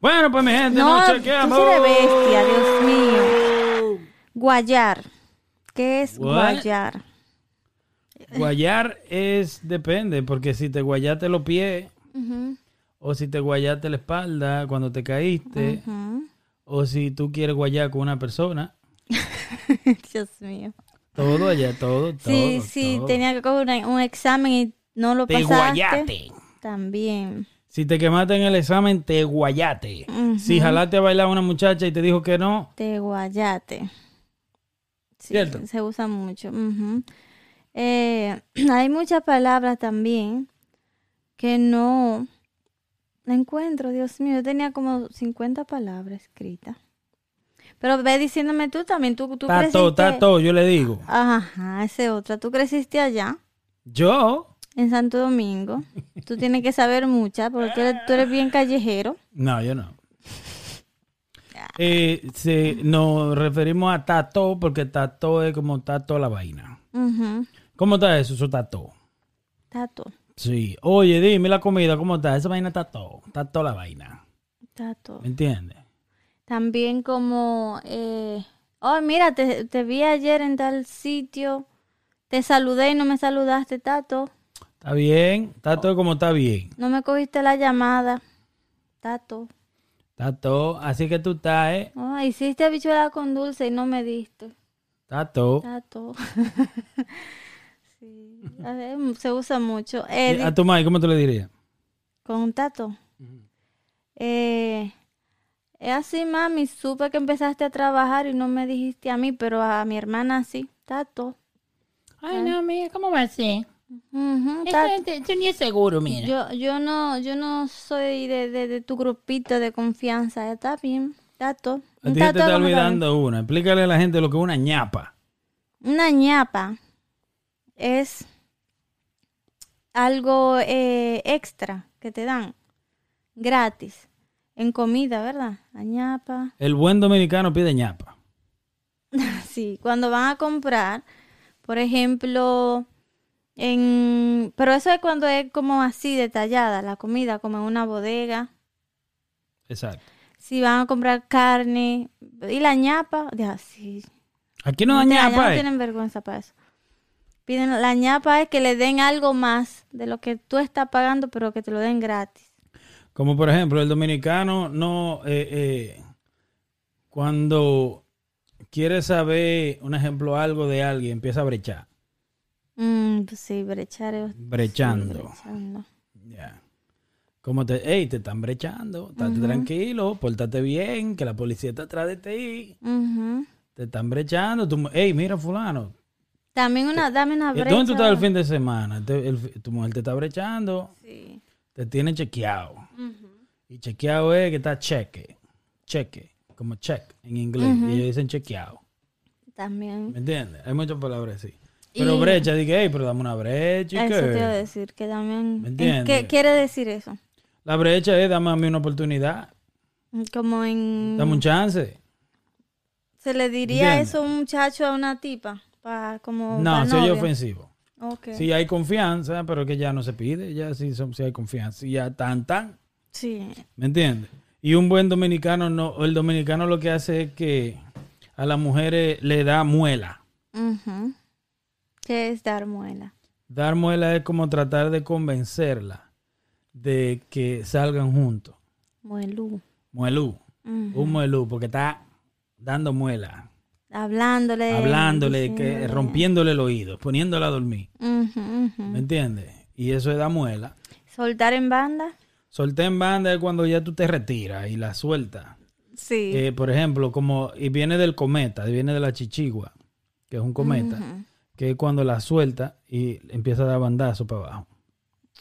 Bueno, pues mi gente,
No,
nos
tú
chequeamos.
sí eres bestia, Dios mío. guayar. ¿Qué es
What?
guayar?
Guayar es, depende, porque si te guayaste los pies,
Ujú,
o si te guayaste la espalda cuando te caíste,
ujú.
o si tú quieres guayar con una persona,
[laughs] Dios mío.
Todo allá, todo, todo.
Sí, sí,
todo.
tenía que coger una- un examen y no lo
Te
pasaste.
guayaste.
También.
Si te quemaste en el examen, te guayate. Si jalaste a bailar a una muchacha y te dijo que no,
Te guayate. Sí,
Cierto.
se usa mucho. ujú. Eh, [clears throat] hay muchas palabras también que no la encuentro, Dios mío. Yo tenía como 50 palabras escritas. Pero ve diciéndome tú también, tú, tú
tato,
creciste...
tato, yo le digo.
Ajá, esa es otra. Tú creciste allá,
Yo,
en Santo Domingo. Tú tienes que saber muchas, porque tú eres, tú eres bien callejero.
no, yo no.
Ah.
Eh, se- nos referimos a tato porque tato es como tato la vaina.
Ujú.
¿Cómo está eso, eso tato?
Tato,
Sí. Oye, dime la comida, ¿cómo está? Esa vaina tato, tato la vaina.
tato.
¿Me entiendes?
También como, eh, oh, mira, te, te vi ayer en tal sitio, te saludé y no me saludaste, Tato,
Está bien, tato es como está bien.
no me cogiste la llamada, Tato,
Tato, así que tú estás, ¿eh?
oh, hiciste habichuela con dulce y no me diste,
Tato.
Tato. [laughs] sí, a ver, se usa mucho. Eh,
Eh,
di-
A tu madre, ¿cómo tú le dirías?
con Tato. Eh, es así, mami, supe que empezaste a trabajar y no me dijiste a mí, pero a mi hermana sí, Tato.
Ay, no, mira, ¿cómo va a ser?
Ujú,
Eso,
tato.
eso ni es seguro, mira.
Yo, yo no, yo no soy de, de, de tu grupito de confianza, está bien, tato.
A
Un
ti se
tato
te está
como tal.
olvidando una. Explícale a la gente lo que es una ñapa.
Una ñapa es algo eh, extra que te dan, gratis, en comida, ¿verdad? La ñapa.
El buen dominicano pide ñapa.
Sí, cuando van a comprar, por ejemplo, en... Pero eso es cuando es como así detallada la comida, como en una bodega.
Exacto.
si van a comprar carne y la ñapa, de así.
Aquí no da
no
ñapa, eh.
tienen vergüenza para eso. Piden la ñapa es que le den algo más de lo que tú estás pagando, pero que te lo den gratis.
Como por ejemplo, el dominicano no. eh, eh, cuando quiere saber, un ejemplo, algo de alguien, empieza a brechar.
Mm, pues sí, brechar
Brechando.
brechando.
Ya. Como te. ¡Ey, te están brechando! Estate tranquilo, pórtate bien, que la policía está atrás de ti.
Ujú.
Te están brechando. Tú, ¡Ey, mira, Fulano!
También una, dame una
eh,
brecha.
¿Dónde tú estás el fin de semana? Te- el- tu mujer te está brechando.
Sí.
te tienen chequeado.
Ujú.
Y chequeado es que está cheque. Cheque. Como check en inglés. Y ellos dicen chequeado.
También.
¿Me entiendes? Hay muchas palabras así. Pero
Y-
brecha, dije, hey, pero dame una brecha. ¿y
Eso te iba a
qué?
decir, que también...
¿Me
¿en
entiendes?
¿Qué quiere decir eso?
La brecha es dame a mí una oportunidad.
Como en...
Dame un chance.
¿Se le diría
¿Entiendes?
eso a un muchacho a una tipa? Pa- como
No,
pa
soy
novio.
ofensivo.
Ok.
Si hay confianza, pero que ya no se pide. Ya sí son- sí hay confianza. Y ya tan, tan.
Sí.
¿Me entiendes? Y un buen dominicano, no, el dominicano lo que hace es que a las mujeres le da muela.
Ujú. ¿Qué es dar muela?
Dar muela es como tratar de convencerla de que salgan juntos.
Muelú.
Muelú,
Ujú.
un muelú, porque está dando muela,
Hablándole.
hablándole, que,
diciéndole.
rompiéndole el oído, poniéndola a dormir.
Ujú, ujú.
¿Me entiendes? Y eso es dar muela.
Soltar en banda.
Solté en banda es cuando ya tú te retiras y la sueltas.
Sí.
Eh, por ejemplo, como, y viene del cometa, viene de la chichigua, que es un cometa, que es cuando la suelta y empieza a dar bandazo para abajo.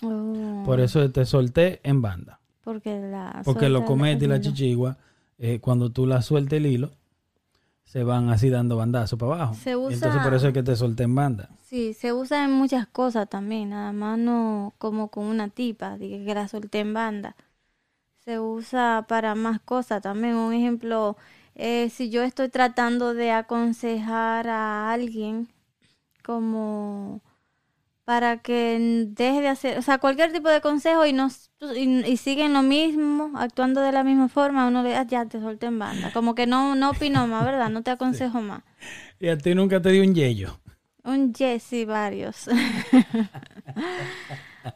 Oh,
Por eso te solté en banda.
porque la.
Porque lo
suelta
comete y la
el hilo.
chichigua, eh, cuando tú la sueltes el hilo, se van así dando bandazos para abajo.
Se usa-
Entonces por eso es que te solté en banda.
Sí, se usa en muchas cosas también. Nada más no como con una tipa, de que que la solté en banda. Se usa para más cosas también. Un ejemplo, eh, si yo estoy tratando de aconsejar a alguien como para que n- deje de hacer, o sea, cualquier tipo de consejo y no s- y, y siguen lo mismo, actuando de la misma forma, uno le ah, ya te solté en banda, como que no no opino más, ¿verdad? No te aconsejo más.
Y a ti nunca te dio un yello.
Un Jesse varios. [laughs]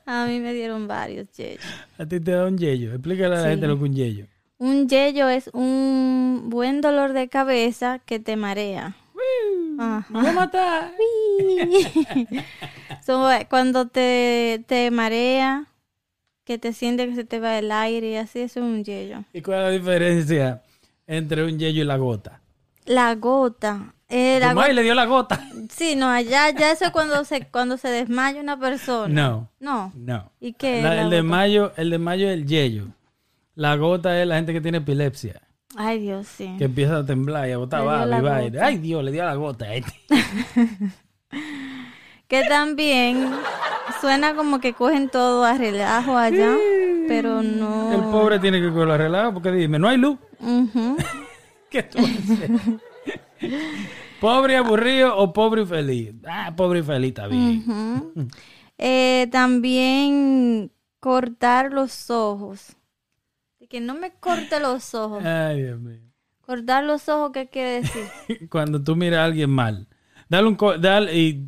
a mí me dieron varios Jesse.
A ti te da un yello. Explícale a la
Sí. [laughs]
gente lo que es un yello.
Un yello es un buen dolor de cabeza que te marea. Ah. Ajá.
Me voy a matar.
[laughs] So, eh, cuando te, te marea, que te sientes que se te va el aire y así, eso es un yello.
[laughs] ¿Y cuál es la diferencia entre un yello y la gota?
La gota. eh, la
Tu madre le dio la gota.
go- sí, no, allá ya eso es cuando se, cuando se desmaya una persona.
No,
No.
no.
¿Y qué? es
La-
la
el, de
gota?
mayo, el de mayo es el yello. La gota es la gente que tiene epilepsia,
Ay, Dios, sí.
que empieza a temblar y a botar
Le dio
baba
la
y vaina. Ay, Dios, le dio la gota a este.
Que también suena como que cogen todo a relajo allá, pero no.
El pobre tiene que cogerlo arreglado porque dime, no hay luz. [laughs]
Ujú.
¿Qué tú haces? [laughs] ¿Pobre y aburrido o pobre y feliz? Ah, pobre y feliz está bien.
Ujú. Eh, también cortar los ojos. De Que no me corte los ojos.
Ay, Dios mío. [laughs]
Cortar los ojos, ¿qué quiere decir?
Cuando tú miras a alguien mal, dale un, co- dale y-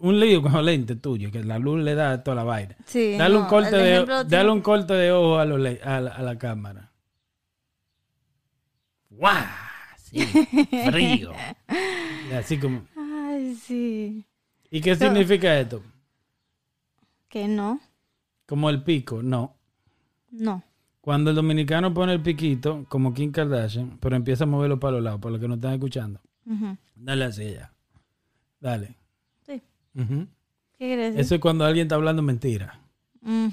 un lío con los lentes tuyos, que la luz le da toda la vaina.
Sí,
Dale, un,
no,
corte
el
de,
ejemplo tiene-
dale un corte de ojo a, los le- a la, a la cámara. ¡Guau!
[laughs]
Sí, frío. Y así como...
Ay, sí.
¿Y qué significa esto?
Que no,
Como el pico, no.
no.
Cuando el dominicano pone el piquito, como Kim Kardashian, pero empieza a moverlo para los lados, para los que no están escuchando.
Ujú.
Dale así ya. Dale.
Sí.
Ujú.
¿Qué quiere decir?
Eso es cuando alguien está hablando mentira.
Mm,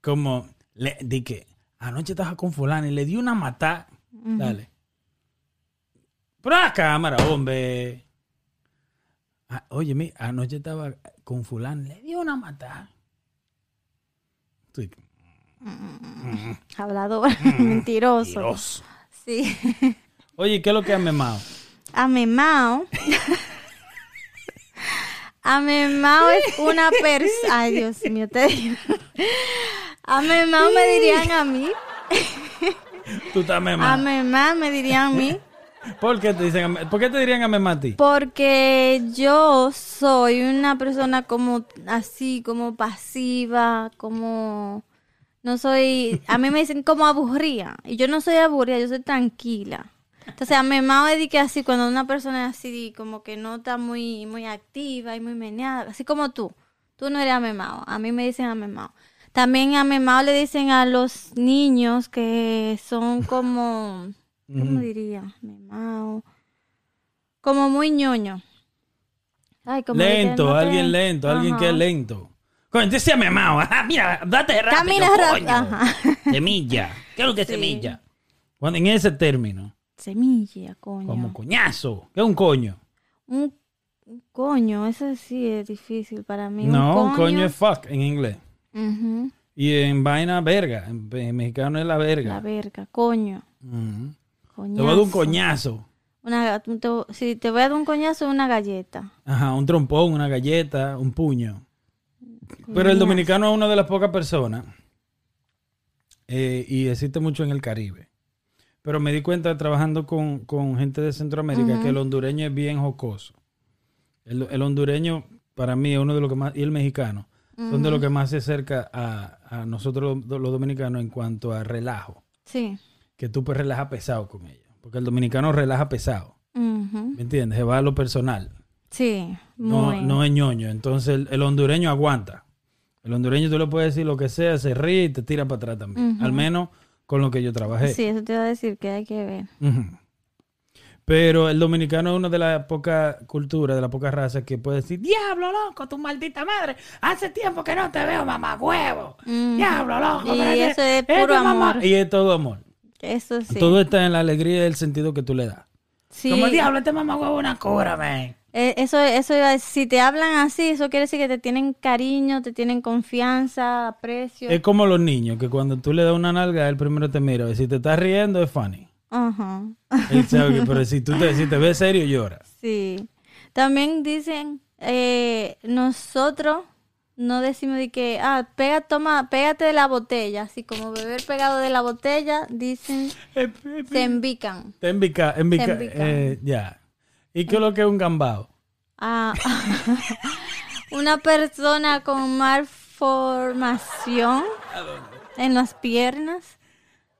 Como, le, di que anoche estaba con fulano y le di una matá. Dale. Pero a la cámara, hombre. Ah, oye, mi, anoche estaba con fulano, le di una matá. Sí.
Hablador, [laughs] mentiroso.
Mentiroso.
Sí.
Oye, ¿qué es lo que has memado?
Amemao. Amemao es una persona. Ay, Dios mío, te digo. Amemao me dirían a mí.
Tú estás memado.
Amemao me dirían a mí.
¿Por qué te dicen, ame- por qué te dirían a Memati?
Porque yo soy una persona como así, como pasiva, como. No soy. A mí me dicen como aburrida. Y yo no soy aburrida, yo soy tranquila. Entonces, a mi mamá me di que así, cuando una persona es así, como que no está muy, muy activa y muy meneada, así como tú. Tú no eres amemao. A mí me dicen amemao. También amemao le dicen a los niños que son como. ¿Cómo diría? Amemao. Como muy ñoño. Ay, como de que
Lento,
no te-
alguien lento, alguien que es
Ajá.
lento. Coño, dice a [laughs] Memao. Ajá, Ah, mira, date rápido,
Camina
coño.
rápido, ajá.
Semilla. ¿Qué es lo que es semilla? Bueno, en ese término,
Semilla, coño.
como coñazo. ¿Qué es un coño?
Un, un coño, eso sí es difícil para mí.
No, un coño es fuck en inglés.
Ujú,
Y en vaina verga. En, en mexicano es la
La
verga.
verga, coño.
Ujú. Te
Coñazo.
voy a dar un coñazo.
Una, ga- te- si te voy a dar un coñazo, una galleta.
Ajá, un trompón, una galleta, un puño. Pero el dominicano es una de las pocas personas. eh, y existe mucho en el Caribe. Pero me di cuenta trabajando con, con gente de Centroamérica que el hondureño es bien jocoso. El, el hondureño, para mí, es uno de los que más. Y el mexicano, son de los que más se acerca a, a nosotros los, los dominicanos en cuanto a relajo.
Sí.
Que tú pues relajas pesado con ellos. Porque el dominicano relaja pesado.
ujú,
¿Me entiendes? Se va a lo personal.
Sí,
No,
muy.
no es ñoño. Entonces el, el hondureño aguanta. El hondureño tú le puedes decir lo que sea, se ríe y te tira para atrás también. Al menos con lo que yo trabajé.
Sí, eso te iba a decir que hay que ver.
Ujú. Pero el dominicano es una de las pocas culturas, de las pocas razas que puede decir,
Diablo, loco, tu maldita madre. Hace tiempo que no te veo, mamá huevo.
Mm,
Diablo, loco.
Y
espérate.
eso es
Esta
puro
mamá-
amor.
y es todo amor.
Eso sí.
Todo está en la alegría y el sentido que tú le das.
Sí,
Como diablo, este mamá huevo es una cura, man.
eh, eso, eso iba a- si te hablan así, eso quiere decir que te tienen cariño, te tienen confianza, aprecio.
Es como los niños, que cuando tú le das una nalga, él primero te mira. Si te estás riendo, es funny.
Ajá. [laughs]
Él sabe que, pero si tú te, si te ves serio, lloras.
Sí. También dicen, eh, nosotros no decimos de que, ah, pega, toma, pégate de la botella, así como beber pegado de la botella, dicen, se embican.
Te envica, envica-
Te envica.
eh, ya. ¿Y qué es lo que es un gambao?
Ah, [laughs] una persona con malformación en las piernas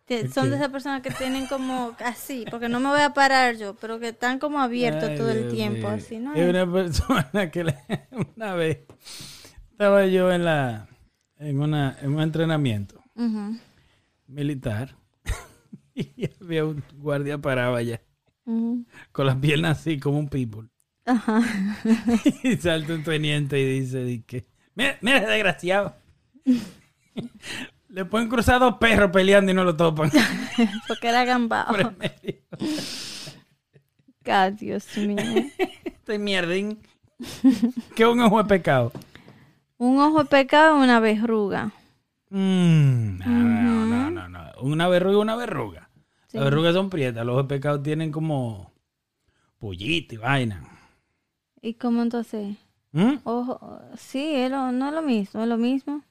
Te- Son de esas personas que tienen como así, porque no me voy a parar yo, pero que están como abiertos
Ay,
todo el
Dios
tiempo,
mío.
así, ¿no?
Hay una persona que le- [laughs] una vez estaba yo en la en una en un entrenamiento
Ujú,
militar [laughs] y había un guardia parado allá
ujú.
con las piernas así como un people.
Ajá.
[laughs]
[laughs]
Y salta un teniente y dice, di que, mira, mira ese desgraciado. [laughs] Le pueden cruzar dos perros peleando y no lo topan. [laughs]
Porque era gambao.
Por el medio.
[laughs] God, Dios mío.
Este mierdín. Que un ojo de pecado.
Un ojo de pecado y una verruga.
Mm, no, no, no, no, no. Una verruga, una verruga. Las verrugas son prietas. Los ojos de pecado tienen como pollito y vaina.
¿Y cómo entonces?
¿Mm?
Ojo, sí, es lo- no es lo mismo, es lo mismo.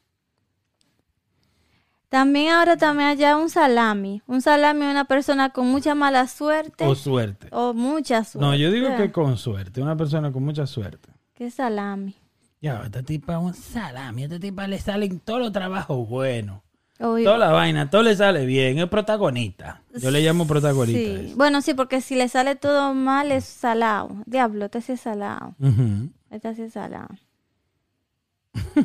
También ahora también allá un salami. Un salami es una persona con mucha mala suerte
O
o,
suerte.
mucha suerte.
No, yo digo que con suerte. Una persona con mucha suerte.
¿Qué salami?
Ya, esta tipa es un salami, a esta tipa le salen todos los trabajos buenos.
Oye,
Toda la vaina, todo le sale bien, es protagonista. Yo le llamo protagonista. a
sí.
eso.
Bueno, sí, porque si le sale todo mal es salado. Diablo, este sí es salado.
Ujú,
Este sí
[laughs]
es salado.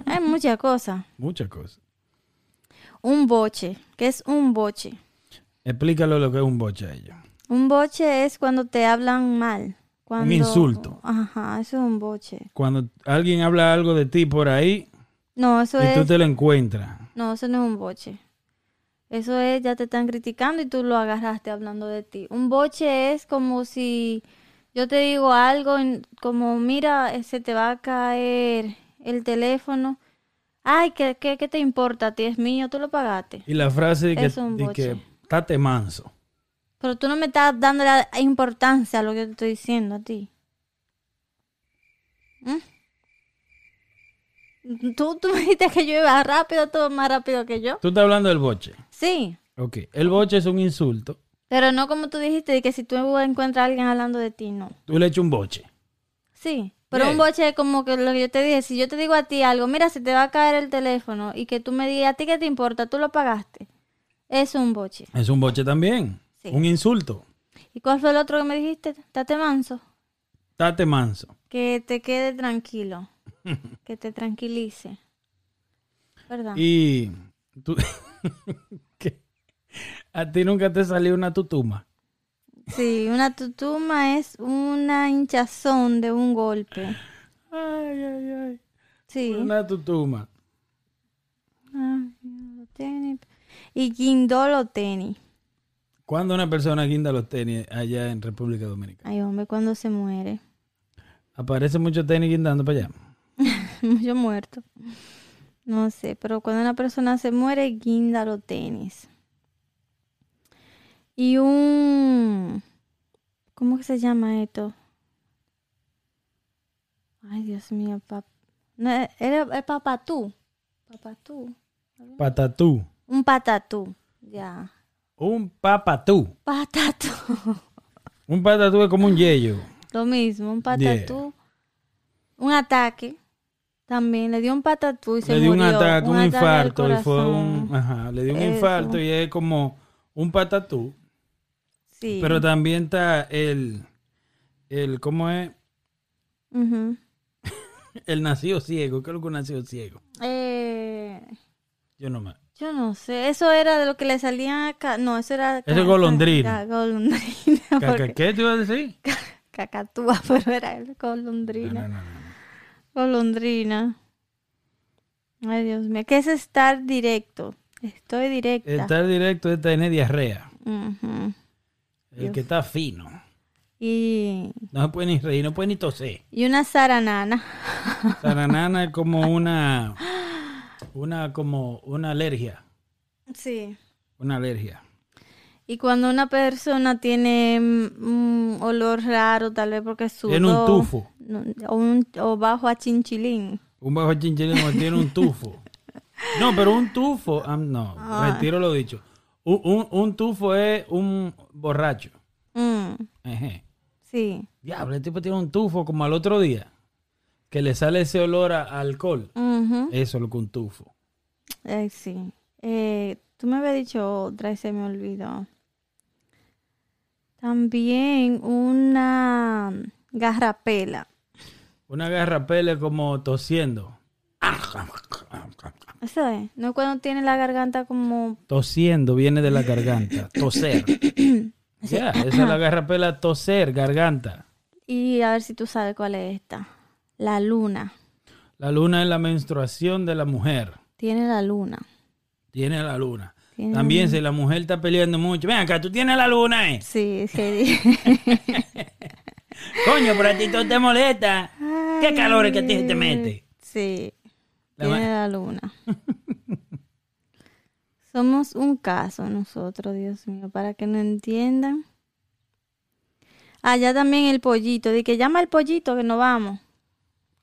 Hay muchas cosas.
Muchas cosas.
Un boche. ¿Qué es un boche?
Explícalo lo que es un boche a ellos.
Un boche es cuando te hablan mal. Cuando...
insulto.
Ajá, eso es un boche.
Cuando alguien habla algo de ti por ahí
No, eso
y tú
es...
te lo encuentras.
No, eso no es un boche. Eso es, ya te están criticando y tú lo agarraste hablando de ti. Un boche es como si yo te digo algo, en- como mira, eh, se te va a caer el teléfono. Ay, ¿qué, qué, qué te importa? A ti es mío, tú lo pagaste.
Y la frase de que,
Es un
de que,
boche.
"Tate manso.
Pero tú no me estás dando la importancia a lo que yo te estoy diciendo a ti. ¿Mm? ¿Tú, tú me dijiste que yo iba rápido, todo más rápido que yo.
Tú estás hablando del boche.
Sí,
Ok, el boche es un insulto.
pero no como tú dijiste, de que si tú encuentras a alguien hablando de ti, no.
Tú le echas un boche.
Sí, pero
Bien.
un boche es como que lo que yo te dije, si yo te digo a ti algo, mira, se te va a caer el teléfono y que tú me digas, ¿a ti qué te importa? Tú lo pagaste. Es un boche.
Es un boche también.
Sí.
Un insulto.
¿Y cuál fue el otro que me dijiste? Tate manso.
Tate manso.
Que te
[laughs]
quede tranquilo. que te tranquilice. ¿Verdad?
Y tú, [laughs] ¿Qué? a ti nunca te salió una tutuma.
Sí, una tutuma es una hinchazón de un golpe.
Ay, ay, ay.
Sí.
Una tutuma.
Ah, los tenis. Y guindolo tenis.
¿Cuándo una persona guinda los tenis allá en República Dominicana?
Ay, hombre, cuando se muere.
Aparece mucho tenis guindando para allá.
[laughs] Yo muerto. No sé, pero cuando una persona se muere, guinda los tenis. Y un... ¿Cómo que se llama esto? Ay, Dios mío, papá. era el papatú. Papatú.
Patatú.
Un patatú. Ya.
Un papatú.
Patatú. [laughs]
Un patatú es como un yello.
Lo mismo, un patatú. Un ataque. También le dio un patatú y se
le dio un
murió.
ataque, un,
al
infarto. Y fue
corazón.
un, ajá, le dio un
Eso.
infarto y es como un patatú.
Sí.
Pero también está el, el, ¿cómo es?
Ujú.
El nacido ciego. ¿Qué es lo que es un nacido ciego?
Eh,
Yo no me...
yo no sé. Eso era de lo que le salía acá. No, eso era.
Eso es golondrina.
ca- golondrina.
[laughs] ¿Caca,
porque-
¿Qué te iba a
[laughs]
decir?
Cacatúa, [laughs] pero era
No,
golondrina.
no, no, no.
Golondrina. Ay, Dios mío. ¿Qué es estar directo? Estoy directa.
Estar directo es tener diarrea.
Ujú.
El que está fino.
y,
No se puede ni reír, no puede ni toser.
y una [laughs] zaranana.
Saranana es como una. Una, como una alergia.
Sí.
Una alergia.
Y cuando una persona tiene mm, un olor raro, tal vez porque sudó.
Tiene un tufo.
no, O, un- o bajo a chinchilín.
Un bajo chinchilino tiene un tufo. No, pero un tufo. ah, no, retiro lo dicho. Un, un- un tufo es un borracho.
Mm,
Ejé.
sí.
Diablo, el tipo tiene un tufo como al otro día. Que le sale ese olor a alcohol.
Ujú.
Eso es lo que un tufo.
Ay, sí. Eh, tú me habías dicho otra y se me olvidó. También una garrapela.
Una garrapela como tosiendo.
Eso es. No es cuando tiene la garganta como.
Tosiendo viene de la garganta. Toser. Ya, esa es la garrapela, toser, garganta.
Y a ver si tú sabes cuál es esta. La luna.
La luna es la menstruación de la mujer.
Tiene la luna.
Tiene la luna.
Tiene la
También si la mujer está peleando mucho. Ven acá, tú tienes la luna, ¿eh?
Sí, se dice.
Coño, pero a ti todo te molesta. ¿Qué calor es que a ti se te mete?
Sí.
La
Tiene
ma-
la luna.
[laughs]
Somos un caso nosotros, Dios mío, para que no entiendan. Allá también el pollito, de que llama el pollito que nos vamos,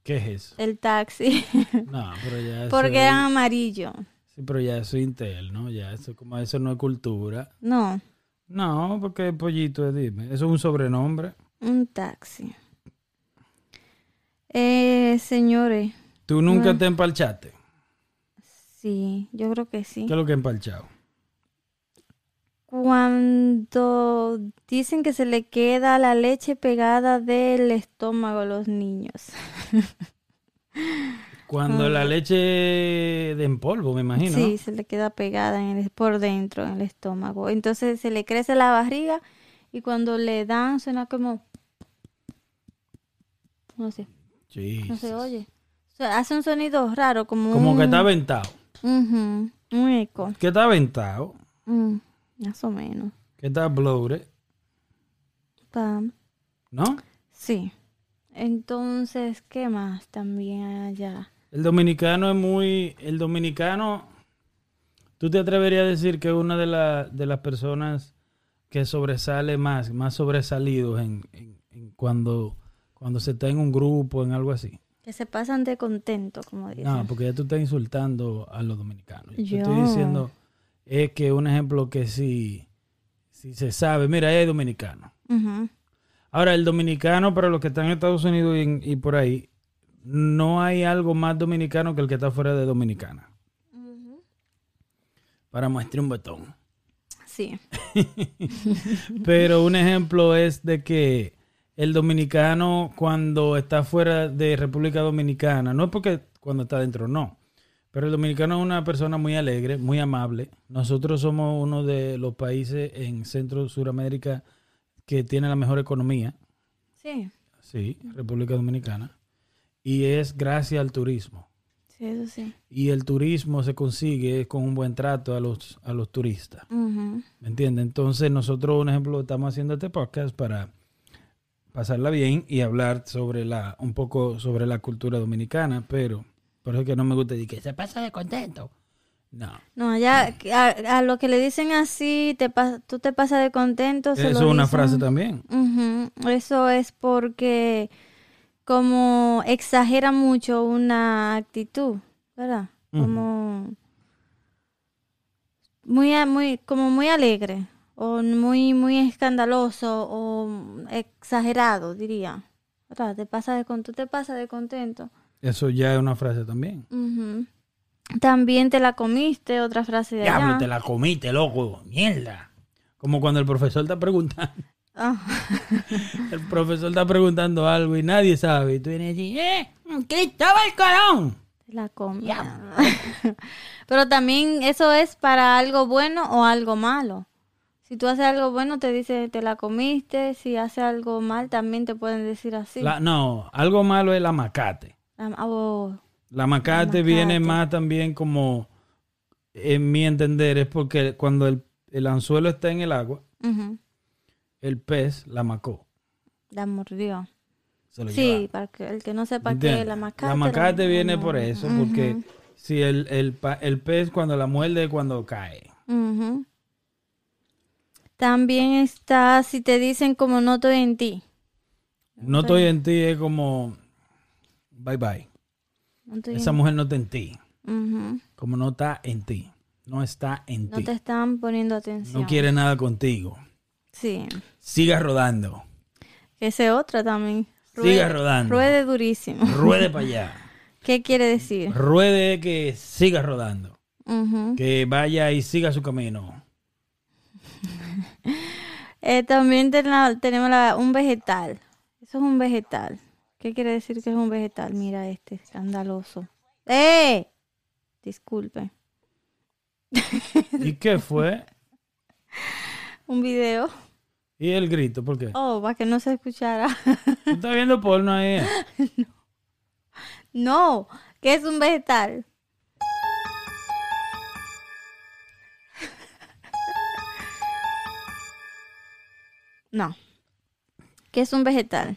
¿Qué es eso?
el taxi, [laughs]
No, pero ya eso
porque
es-
eran amarillo.
Sí, pero ya eso es interno, ya eso como eso no es cultura.
No,
No, porque pollito es, dime, eso es un sobrenombre.
un taxi. Eh, señores,
Tú nunca te empalchaste.
sí, yo creo que sí.
¿Qué es lo que empalchado?
Cuando dicen que se le queda la leche pegada del estómago a los niños.
Cuando
Ah.
la leche de en polvo, me imagino.
Sí, se le queda pegada en el- por dentro, en el estómago. Entonces se le crece la barriga y cuando le dan suena como... No sé,
Sí.
no se oye. Mm. O sea, hace un sonido raro, como
Como que
un...
está aventado.
Ujú, un eco.
Que está aventado.
Mm, más o menos.
Que está bloated.
Pam.
¿No?
Sí. Entonces, ¿qué más también hay allá?
El dominicano es muy. El dominicano. ¿Tú te atreverías a decir que es una de, la- de las personas que sobresale más, más sobresalidos en, en- en cuando, cuando se está en un grupo, en algo así?
Que se pasan de contento, como dicen.
No, porque ya tú estás insultando a los dominicanos. Yo, te estoy
Yo.
diciendo, es que un ejemplo que si, si se sabe, mira, es dominicano.
Ujú.
Ahora, el dominicano, para los que están en Estados Unidos y, en- y por ahí, no hay algo más dominicano que el que está fuera de Dominicana. Para muestra un botón.
Sí.
Pero un ejemplo es de que el dominicano cuando está fuera de República Dominicana, no es porque cuando está dentro, no. Pero el dominicano es una persona muy alegre, muy amable. Nosotros somos uno de los países en Centro Suramérica que tiene la mejor economía.
Sí.
Sí, República Dominicana. Y es gracias al turismo.
Sí, eso sí.
Y el turismo se consigue con un buen trato a los, a los turistas.
Ujú.
¿Me entiendes? Entonces nosotros, un ejemplo, estamos haciendo este podcast para pasarla bien y hablar sobre la, un poco sobre la cultura dominicana, pero por eso es que no me gusta decir que se pasa de contento. No.
No, allá a, a lo que le dicen así, te pas- tú te pasas de contento. se
Eso
lo
es una
dicen-
frase también.
Ujú, Eso es porque como exagera mucho una actitud, ¿verdad? Como muy, a- muy, como muy alegre o muy, muy escandaloso o exagerado, diría. ¿Verdad? Te pasas de con- tú te pasas de contento.
Eso ya es una frase también.
Ujú. También te la comiste, otra frase de
Diablo,
allá.
te la comiste, loco. Mierda. Como cuando el profesor está preguntando. [laughs]
Ah,
El profesor está preguntando algo y nadie sabe. Y tú vienes allí, ¡eh! ¡Cristóbal Colón!
te la comí. [laughs] Pero también eso es para algo bueno o algo malo. Si tú haces algo bueno, te dice te la comiste. Si haces algo mal, también te pueden decir así.
La- no, algo malo es la macate.
Am- ah, oh,
La macate
La
viene
macate.
más también como, en mi entender, es porque cuando el, el anzuelo está en el agua,
ujú,
el pez la macó.
La mordió.
Se lo llevaron.
Sí, para que el que no sepa qué
¿Entiendes?
es la macate.
La macate viene
no,
por eso,
ujú,
porque si el, el, pa- el pez cuando la muerde es cuando cae.
ujú. También está si te dicen como no estoy en ti.
No estoy en ti, es como, bye bye.
No estoy
Esa
en-
mujer no está en ti.
ujú.
Como no está en ti. No está en
No
ti.
te están poniendo atención.
No quiere nada contigo.
Sí.
Siga rodando.
Ese otra también.
Siga rodando.
Ruede durísimo. [laughs]
Ruede para allá.
¿Qué quiere decir?
Ruede que siga rodando.
Ujú. Ujú.
que vaya y siga su camino.
Eh, también ten- la- tenemos la- un vegetal. Eso es un vegetal. ¿Qué quiere decir que es un vegetal? Mira este, escandaloso. ¡Eh! Disculpe.
¿Y qué fue?
Un video.
¿Y el grito? ¿Por
[laughs]
qué?
Oh, para que no se escuchara. [laughs]
¿Tú estás viendo porno ahí?
No, ¿qué es un vegetal? [laughs] No. ¿Qué es un vegetal?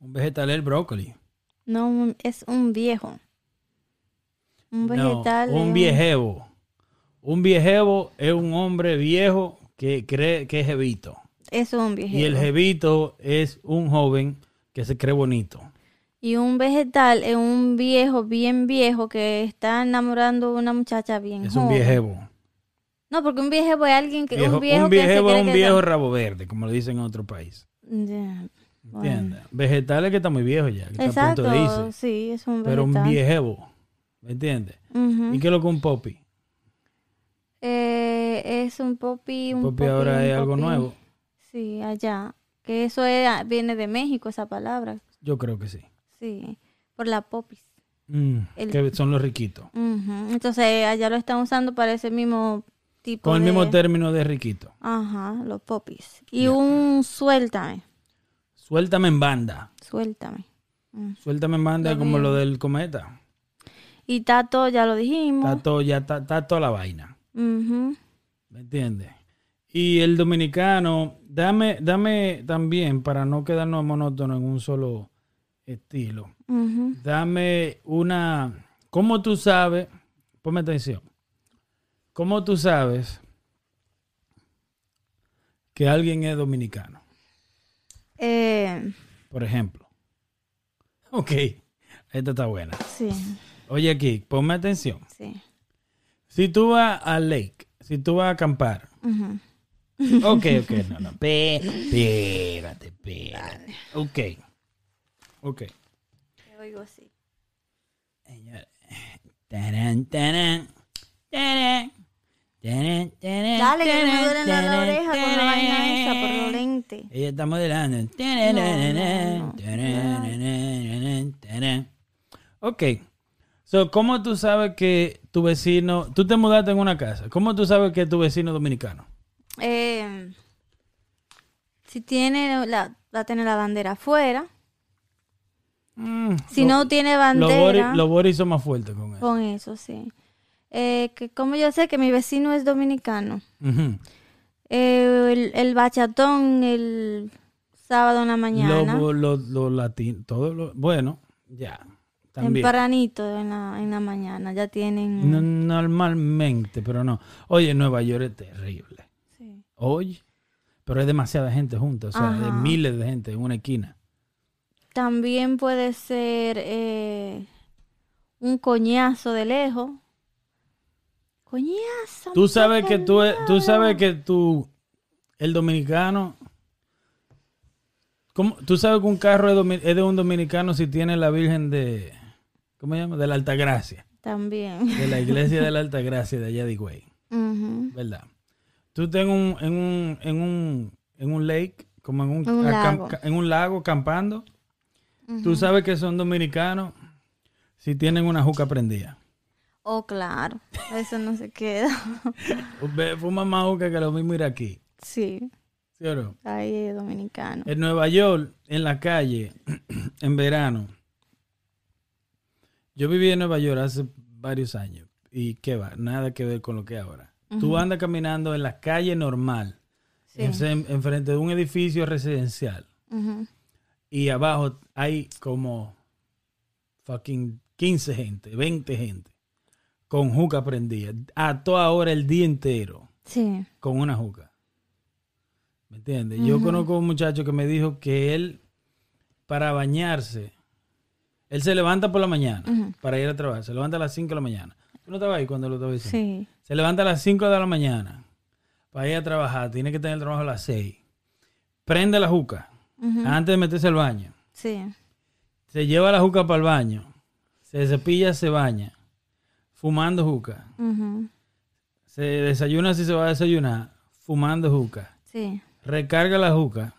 Un vegetal es el brócoli.
No, un- es un viejo. Un
No,
vegetal. es
un viejevo. Un viejevo es un hombre viejo que cree que es jevito.
Eso es un viejo.
Y el jevito es un joven que se cree bonito.
Y un vegetal es un viejo bien viejo que está enamorando a una muchacha bien
Es un
joven.
viejevo.
No, porque un viejevo es alguien que
Viejo-
un viejo
un
que se
viejevo es
cree
un
que
viejo
está-
rabo verde, como le dicen en otro país.
Ya, bueno.
¿Entiendes? Vegetales que está muy viejo ya, que está a punto de
Exacto,
irse.
sí, es un
Pero un
vegetal.
viejevo. ¿Me entiendes?
Ujú.
¿Y qué es lo que un popi?
Eh, es un popi,
Un
un
popi ahora
un
es algo
popi.
nuevo.
Sí, allá. Que eso era- viene de México, esa palabra.
Yo creo que sí.
Sí, por la popis.
Mm,
El-
Que son los riquitos.
Ujú, Entonces allá lo están usando para ese mismo tipo
Con el
de...
mismo término de riquito.
Ajá, los popis. Y un suéltame,
Suéltame en banda.
suéltame. Mm.
Suéltame en banda
Lo
como lo
mismo.
del cometa.
Y tato, ya lo dijimos.
Está todo, ya está, está toda la vaina.
Ujú.
¿Me entiendes? Y el dominicano, dame, dame también, para no quedarnos monótonos en un solo estilo,
Ujú.
dame una. ¿Cómo tú sabes? Ponme atención. ¿Cómo tú sabes que alguien es dominicano?
Eh,
Por ejemplo. Ok, esta está buena.
sí,
Oye, aquí, ponme atención.
sí.
Si tú vas al lake, si tú vas a acampar.
Ujú.
Ok, ok, no, no. pe- Espérate, espérate. Ok. Ok.
Te oigo así.
Tarán, tarán. Tarán. Tarán, tarán,
Dale, que me duelen la, la
tarán,
oreja con la
tarán.
vaina esa por los lentes.
Ella está modelando.
no, no.
Tarán, tarán. Ok. So, ¿cómo tú sabes que tu vecino... Tú te mudaste en una casa. ¿Cómo tú sabes que tu vecino es dominicano?
Eh, si tiene la, va a tener la bandera afuera.
Mm,
Si
lo-
no tiene
Los Boris,
bandera,
los Boris son más fuertes con eso.
con eso, sí. Eh, que como yo sé que mi vecino es dominicano,
Ujú.
Eh, el, el bachatón el sábado en la mañana,
Los latinos, todo lo- bueno, ya, también.
tempranito en la, en la mañana, ya tienen...
No- normalmente, pero no. Oye, Nueva York es terrible.
Sí.
Oye, pero hay demasiada gente junta, o sea, hay
Ajá.
miles de gente en una esquina.
También puede ser eh, un coñazo de lejos. Coñazo.
Tú sabes que tú, e, tú sabes que tú, el dominicano, ¿cómo? tú sabes que un carro es, domi- es de un dominicano si tiene la Virgen de, ¿cómo se llama? De la Altagracia,
También. [laughs]
de la iglesia de la Altagracia de allá de Higüey.
Ujú.
¿verdad? Tú ten un, en, un, en, un, en un lake, como en un,
Un
acam-
lago.
en un lago campando. Tú sabes que son dominicanos si tienen una juca prendida.
Oh, claro. Eso no se queda. [laughs]
Ve- Fuman más juca que lo mismo ir aquí.
sí.
¿Sí o no?
Ahí es dominicano.
En Nueva York, en la calle, [clears throat] en verano. Yo viví en Nueva York hace varios años. Y qué va, nada que ver con lo que es ahora. Tú andas caminando en la calle normal,
Sí.
en- enfrente de un edificio residencial.
Ujú.
y abajo hay como fucking 15 gente, 20 gente con juca prendida a toda hora el día entero
Sí.
con una juca. ¿Me entiendes? Yo conozco un muchacho que me dijo que él para bañarse él se levanta por la mañana para ir a trabajar, se levanta a las 5 de la mañana. ¿Tú no estabas ahí cuando lo estaba diciendo?
Sí.
Se levanta a las 5 de la mañana para ir a trabajar, tiene que tener el trabajo a las 6. Prende la juca
Ujú.
antes de meterse al baño.
Sí.
Se lleva la juca para el baño. Se cepilla, se baña. fumando juca.
Ujú.
Se desayuna si se va a desayunar, fumando juca.
Sí,
Recarga la juca,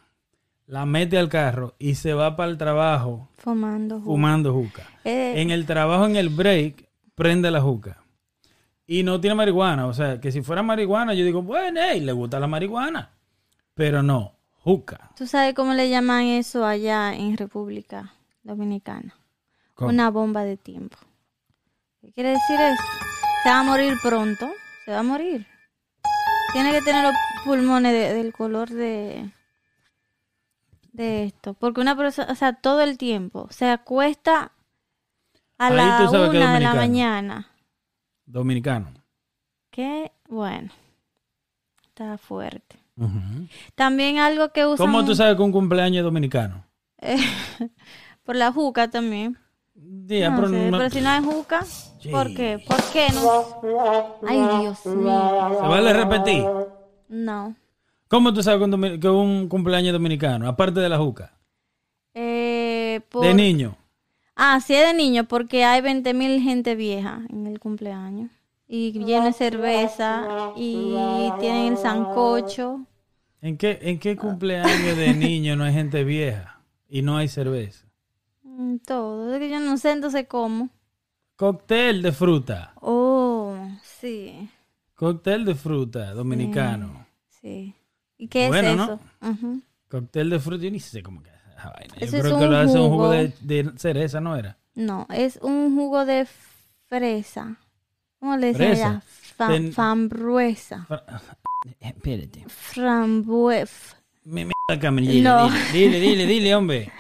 la mete al carro y se va para el trabajo
fumando. ju-
fumando juca.
Eh,
En el trabajo, en el break, prende la juca. Y no tiene marihuana. O sea, que si fuera marihuana, yo digo, bueno, hey, le gusta la marihuana. Pero no, juca.
¿Tú sabes cómo le llaman eso allá en República Dominicana?
¿Cómo?
Una bomba de tiempo. ¿Qué quiere decir eso? Se va a morir pronto. Se va a morir. Tiene que tener los pulmones de- del color de de esto, porque una persona, o sea, todo el tiempo se acuesta a
Ahí
la
tú sabes que es
una de la
dominicano.
mañana.
Dominicano.
Qué bueno, está fuerte.
Ujú.
También algo que usan
¿Cómo tú sabes que un cumpleaños es dominicano?
[laughs] por la juca también.
Día,
No
pero
sé,
no-
pero si no hay juca, ¿por
Sí.
qué? ¿Por qué no? Ay, Dios mío.
Se vale repetir.
No.
¿Cómo tú sabes que un domi- que un cumpleaños es dominicano? Aparte de la juca.
Eh, por-
De niño.
Ah, sí es de niño, porque hay 20.000 gente vieja en el cumpleaños. Y llena de cerveza, y tienen el sancocho.
¿En qué, ¿En qué cumpleaños de niño no hay gente vieja y no hay cerveza?
mm, Todo, Es que yo no sé entonces cómo.
Cóctel de fruta.
Oh, sí,
Cóctel de fruta dominicano.
sí. ¿Y qué
Bueno,
es
¿no?
eso? Ujú.
Cóctel de fruta, yo ni sé cómo que hace esa vaina. Yo
Ese
creo
es
que
un
lo hace un jugo
jugo.
de, de cereza, ¿no era?
No, es un jugo de fresa. ¿Cómo le dicen
Fresa.
allá? Fa-
Ten-
Fambruesa. Eh,
Espérate.
Frambuef.
Me mierda, Camille.
No.
Dile, dile, dile, dile, hombre.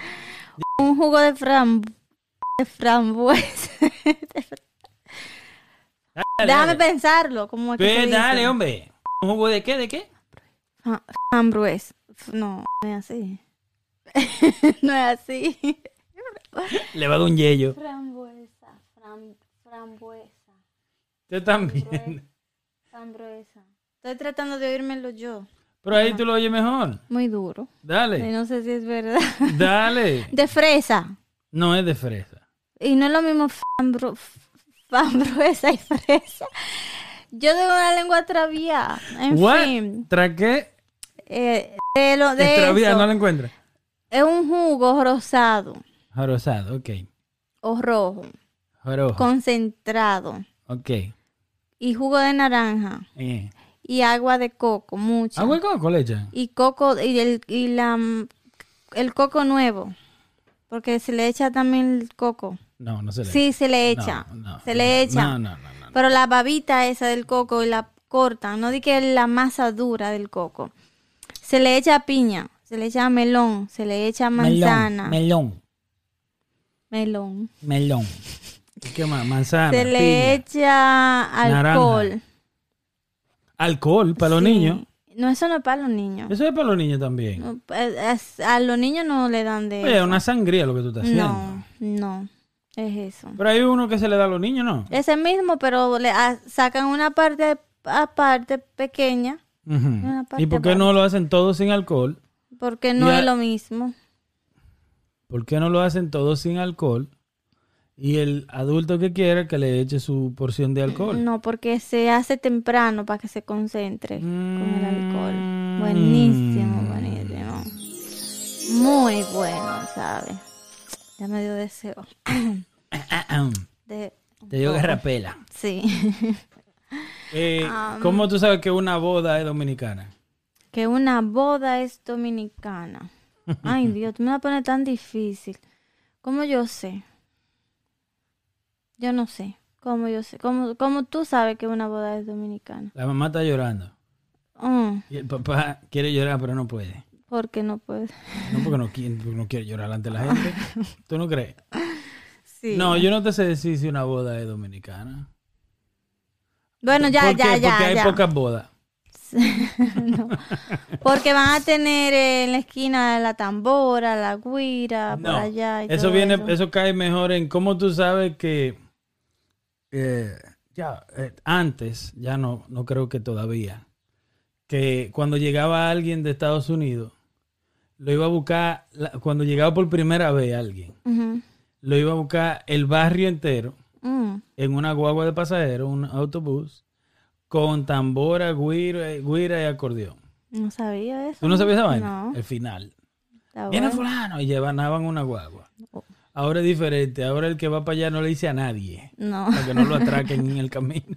Un jugo de fram... de frambuesa. [laughs]
Dale,
Déjame
dale.
pensarlo, como es que se
Ve,
dice.
dale, hombre. ¿Un jugo de qué? ¿De qué?
Fa- Frambuesa. F- No, no es así. [laughs] no es así.
Le va a dar un yello.
Frambuesa, fram- frambuesa,
Yo también.
frambuesa. Estoy tratando de oírmelo yo.
Pero ahí tú lo oyes mejor.
Muy duro. Y
Dale.
no sé si es verdad.
[laughs] Dale.
De fresa.
No es de fresa.
Y no es lo mismo fambro- f- [laughs] frambuesa y fresa. Yo tengo una lengua traviada. En
What?
fin.
¿Traqué?
eh,
[laughs]
de lo de
Extravía,
eso,
no la encuentras.
Es un jugo rosado
Jorosado, ok.
o rojo,
Jorojo.
concentrado.
Ok.
Y jugo de naranja.
Eh.
Y agua de coco, mucha.
Agua y coco le echan.
y coco y el y la el coco nuevo porque se le echa también el coco
No, no se le
sí se le
No,
echa
no,
se
no,
le echa
No, no, no, no.
pero la babita esa del coco y la cortan no di que la masa dura del coco se le echa piña se le echa melón se le echa manzana melón,
Melón, melón, melón. ¿Y ¿Qué más? Manzana,
se le
piña.
echa alcohol
Alcohol para los
Sí.
niños.
no eso no es para los niños
Eso es para los niños también.
No, es- a los niños no le dan de
Oye,
eso.
una sangría lo que tú estás haciendo.
no no es eso
Pero hay uno que se le da a los niños, ¿no?
Ese mismo, pero le a- sacan una parte aparte pequeña,
Ujú.
Una
¿Y
parte
por qué no lo hacen todos sin alcohol?
porque no
Ya.
es lo mismo.
¿Por qué no lo hacen todos sin alcohol? Y el adulto que quiera que le eche su porción de alcohol.
No, porque se hace temprano para que se concentre con el
Mm.
alcohol. Buenísimo, buenísimo. Muy bueno, ¿sabes? Ya me dio deseo [clears throat] Ah, de...
Te digo garrapela.
Sí. [laughs]
Eh,
Ah, mm.
¿Cómo tú sabes que una boda es dominicana?
que una boda es
[laughs]
dominicana. Ay, Dios, tú me la pones tan difícil. ¿Cómo yo sé? Yo no sé. ¿Cómo yo sé? ¿Cómo, cómo tú sabes que una boda es dominicana?
La mamá está llorando.
Mm,
Y el papá quiere llorar, pero no puede.
porque no puedes.
No porque no, qui- porque no quiere llorar ante la gente. ¿Tú no crees?
Ah. Sí.
No, yo no te sé decir si una boda es dominicana.
bueno, ya,
¿Por
ya,
qué?
ya,
Porque hay
ya.
pocas bodas.
No. Porque van a tener eh, en la esquina la tambora, la guira, por
No,
allá. y
eso
todo
viene,
eso.
eso cae mejor en cómo tú sabes que eh, ya eh, antes, ya no, no creo que todavía, que cuando llegaba alguien de Estados Unidos, lo iba a buscar la- cuando llegaba por primera vez alguien,
Ujú,
lo iba a buscar el barrio entero
Mm.
en una guagua de pasajeros, un autobús, con tambora, guira, guira y acordeón.
No sabía eso.
¿Tú no sabías esa vaina?
No.
El final.
Está
Viene
bueno.
fulano y llevaban una guagua.
Oh.
Ahora es diferente, ahora el que va para allá no le dice a nadie,
No.
para que no lo atraquen en el camino.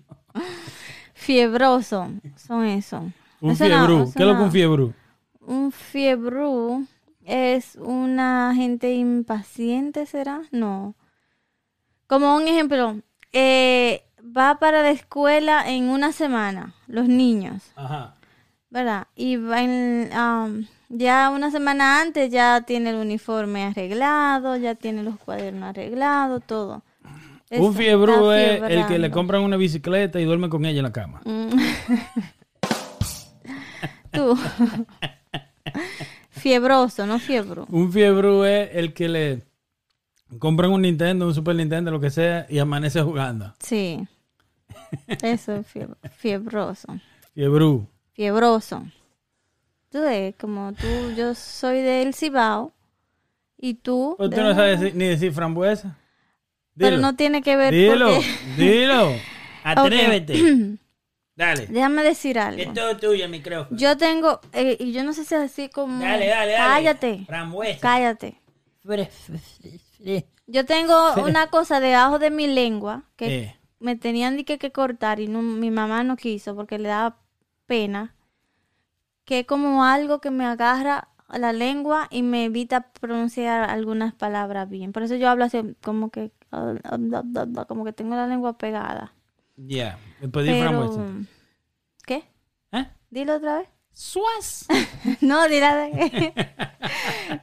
Fiebroso. Son eso.
[laughs] Un
Eso no,
fiebrú,
eso
¿qué es lo que un
no.
fiebrú?
Un fiebrú es una gente impaciente, ¿será? No. Como un ejemplo, eh, va para la escuela en una semana, los niños,
Ajá.
¿verdad? Y va en, am, ya una semana antes ya tiene el uniforme arreglado, ya tiene los cuadernos arreglados, todo.
un
Eso,
fiebrú
está
es el que le
fiebrando.
compran una bicicleta y duerme con ella en la cama.
Mm. [laughs] Tú. Fiebroso, no fiebro.
Un fiebrú es el que le compran un Nintendo, un Super Nintendo, lo que sea, y amanece jugando.
Sí. Eso es fie- fiebroso.
Fiebrú.
Fiebroso. Tú ves, como tú, yo soy del Cibao y tú.
Pero Pues tú
de-
no sabes decir- ni decir frambuesa.
pero no tiene que ver [laughs]
dilo,
porque-
dilo.
Atrévete.
[clears throat] Dale.
Déjame decir algo.
todo tuyo, micrófono.
Yo tengo, eh, y yo no sé si es así como. Cállate.
Frambuesa.
Cállate.
[laughs]
Yo tengo una cosa debajo de mi lengua que
Eh.
me tenían de que, que cortar y no- mi mamá no quiso porque le daba pena. Que es como algo que me agarra a la lengua y me evita pronunciar algunas palabras bien. Por eso yo hablo así como que como que tengo la lengua pegada.
Ya. Después di frambuesa.
Pero ¿Qué?
¿Eh?
Dilo otra vez.
Suaz.
No,
[laughs]
dila de,